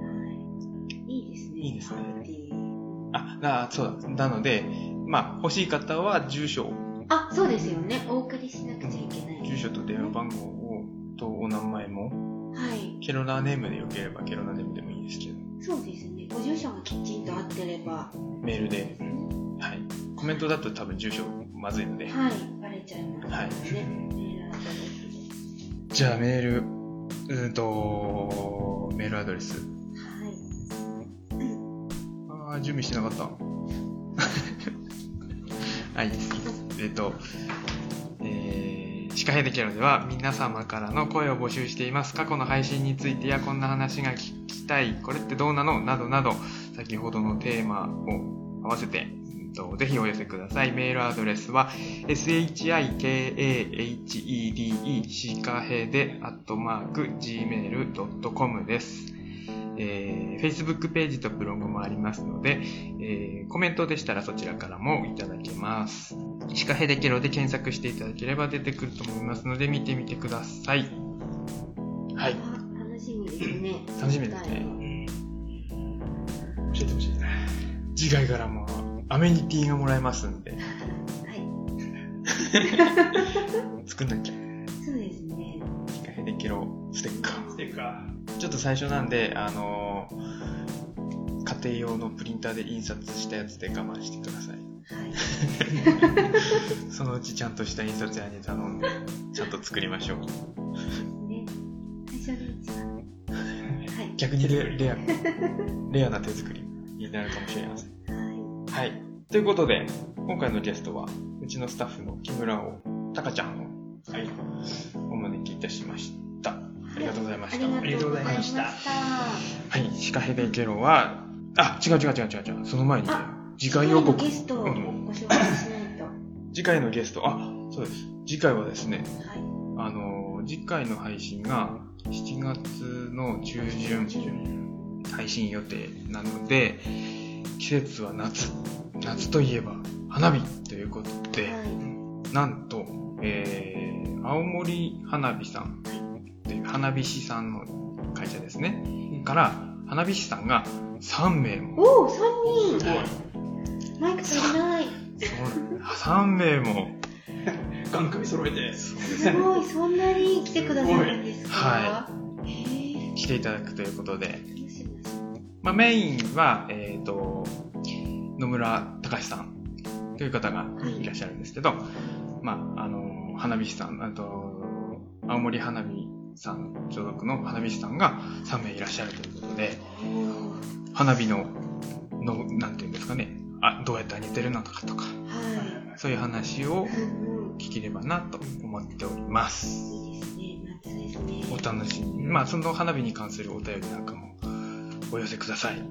い。いいですね。
いいですね
ハーブティー
あ、な、そうだ。なので、まあ、欲しい方は住所を、
あ、そうですよね。お送りしなくちゃいけない。
住所と電話番号を、とお名前も、
はい。
ケロナーネームでよければケロナーネームでもいいですけど、
そうですね。ご住所がきちんと合ってれば。
メールで、はい。コメントだと多分住所まずいので、
はい。バレちゃいます。
はい。
ね。メールアドレス
じゃあメール、うーんと、メールアドレス。
で。はい。
ああ、準備してなかった。 はい、えっと、えー、シカヘデケロでは皆様からの声を募集しています。過去の配信についてやこんな話が聞きたい、これってどうなのなどなど、先ほどのテーマを合わせて、うんとぜひお寄せください。メールアドレスは、shikahede シカヘデアットマーク gmail.com です。えー Facebook ページとブログもありますので、えーコメントでしたらそちらからもいただけます。シカヘデケロで検索していただければ出てくると思いますので見てみてください。はい。
あ楽しみですね。
楽しみですね
うん。教えてほしいな。
次回からもアメニティがもらえますんで、
は
作んなきゃ。
い。そうですね。
シカヘデケロステッカー。
ステッカー。
ちょっと最初なんで、あのー家庭用のプリンターで印刷したやつで我慢してください。
はい。
そのうちちゃんとした印刷屋に頼んで、ちゃんと作りましょう。
ね。最初のうちは。はい。
逆にレレア、レアな手作りになるかもしれません。
は
はい。ということで、今回のゲストは、うちのスタッフの木村を、たかちゃんを、はい、お招きいたしました。ありがとうございました。
い。ありがとうございました。
はい、シカヘデケロは、あ、違う違う違う違う違う、その前に
あ、
次回予告。
ゲストをご紹介しないと。は
次回のゲスト、あ、そうです。次回はですね、
い。
あのー、次回の配信が7月の中旬配信予定なので、季節は夏。夏といえば花火ということで、
は
なんと、えー、青森花火さんという花火師さんの会社ですね。から、花火師さんが3名
い、
も、
おお、三人
すごい。
マイク足りない。
3名も、
眼首揃えて。
すごい、そんなに来てくださるんですか。。
はい
へえ。
来ていただくということで、
どうしましょ
まあ、メインは、えっ、と、野村隆さんという方がいらっしゃるんですけど、まあ、あの、花火師さん、あと、青森花火さん所属の花火師さんが3名いらっしゃるということで、
うおー
花火の、の、なんていうんですかね、あ、どうやったら似てるのかとか、
は
そういう話を
い。うんうん。
聞ければなと思っております。
いいですね。夏ですね。
お楽しみに。まあ、その花火に関するお便りなんかもお寄せください。
は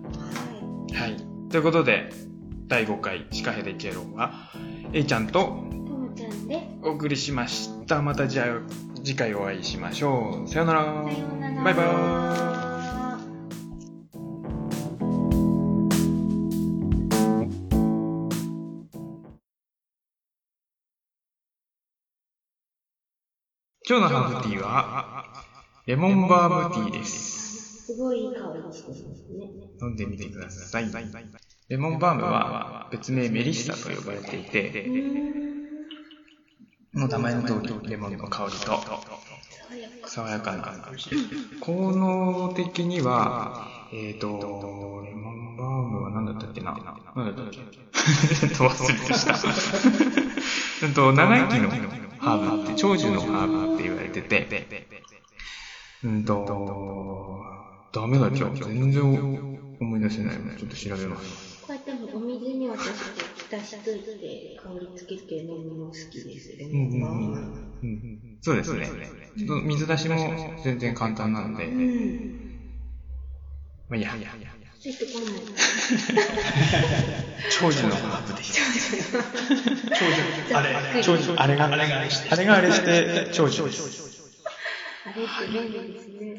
はい。ということで、第5回シカヘデケロンは、A ちゃんと
い。ともちゃんで。
お送りしました。またじゃあ、次回お会いしましょう。さようなら。
さようなら。
バイバ
イ。
今日のハーブティーは、レモンバームティーです。
すごいいい香りがしてますね。
飲んでみてください。レモンバームは別名メリッサと呼ばれていて、
うーん。
もう名前の通りレモンの香りと
爽やか。
爽やかな
美味しい。
効能的には、えっ、ー、と、レモンバームは何だったっけな何だったっけちょっと 忘れました。うんと、長生きのハーブって、長寿のハーブって言われてて、うんと、ダメだ今日。全然思い出せない。ちょっと調べます。
こうやってもお水に私浸しといて香りつけて飲むの好きですね。
うんうんうんうんそうですね。ちょっと水出しも全然簡単なので、
う
ま
ん。
あいいや。
ついてこないな。
長寿のハーブでいい。
あれ、あれ
長
寿
あれが、
あれがあれして
あれがあれして、長寿です。
あれって便利ですね。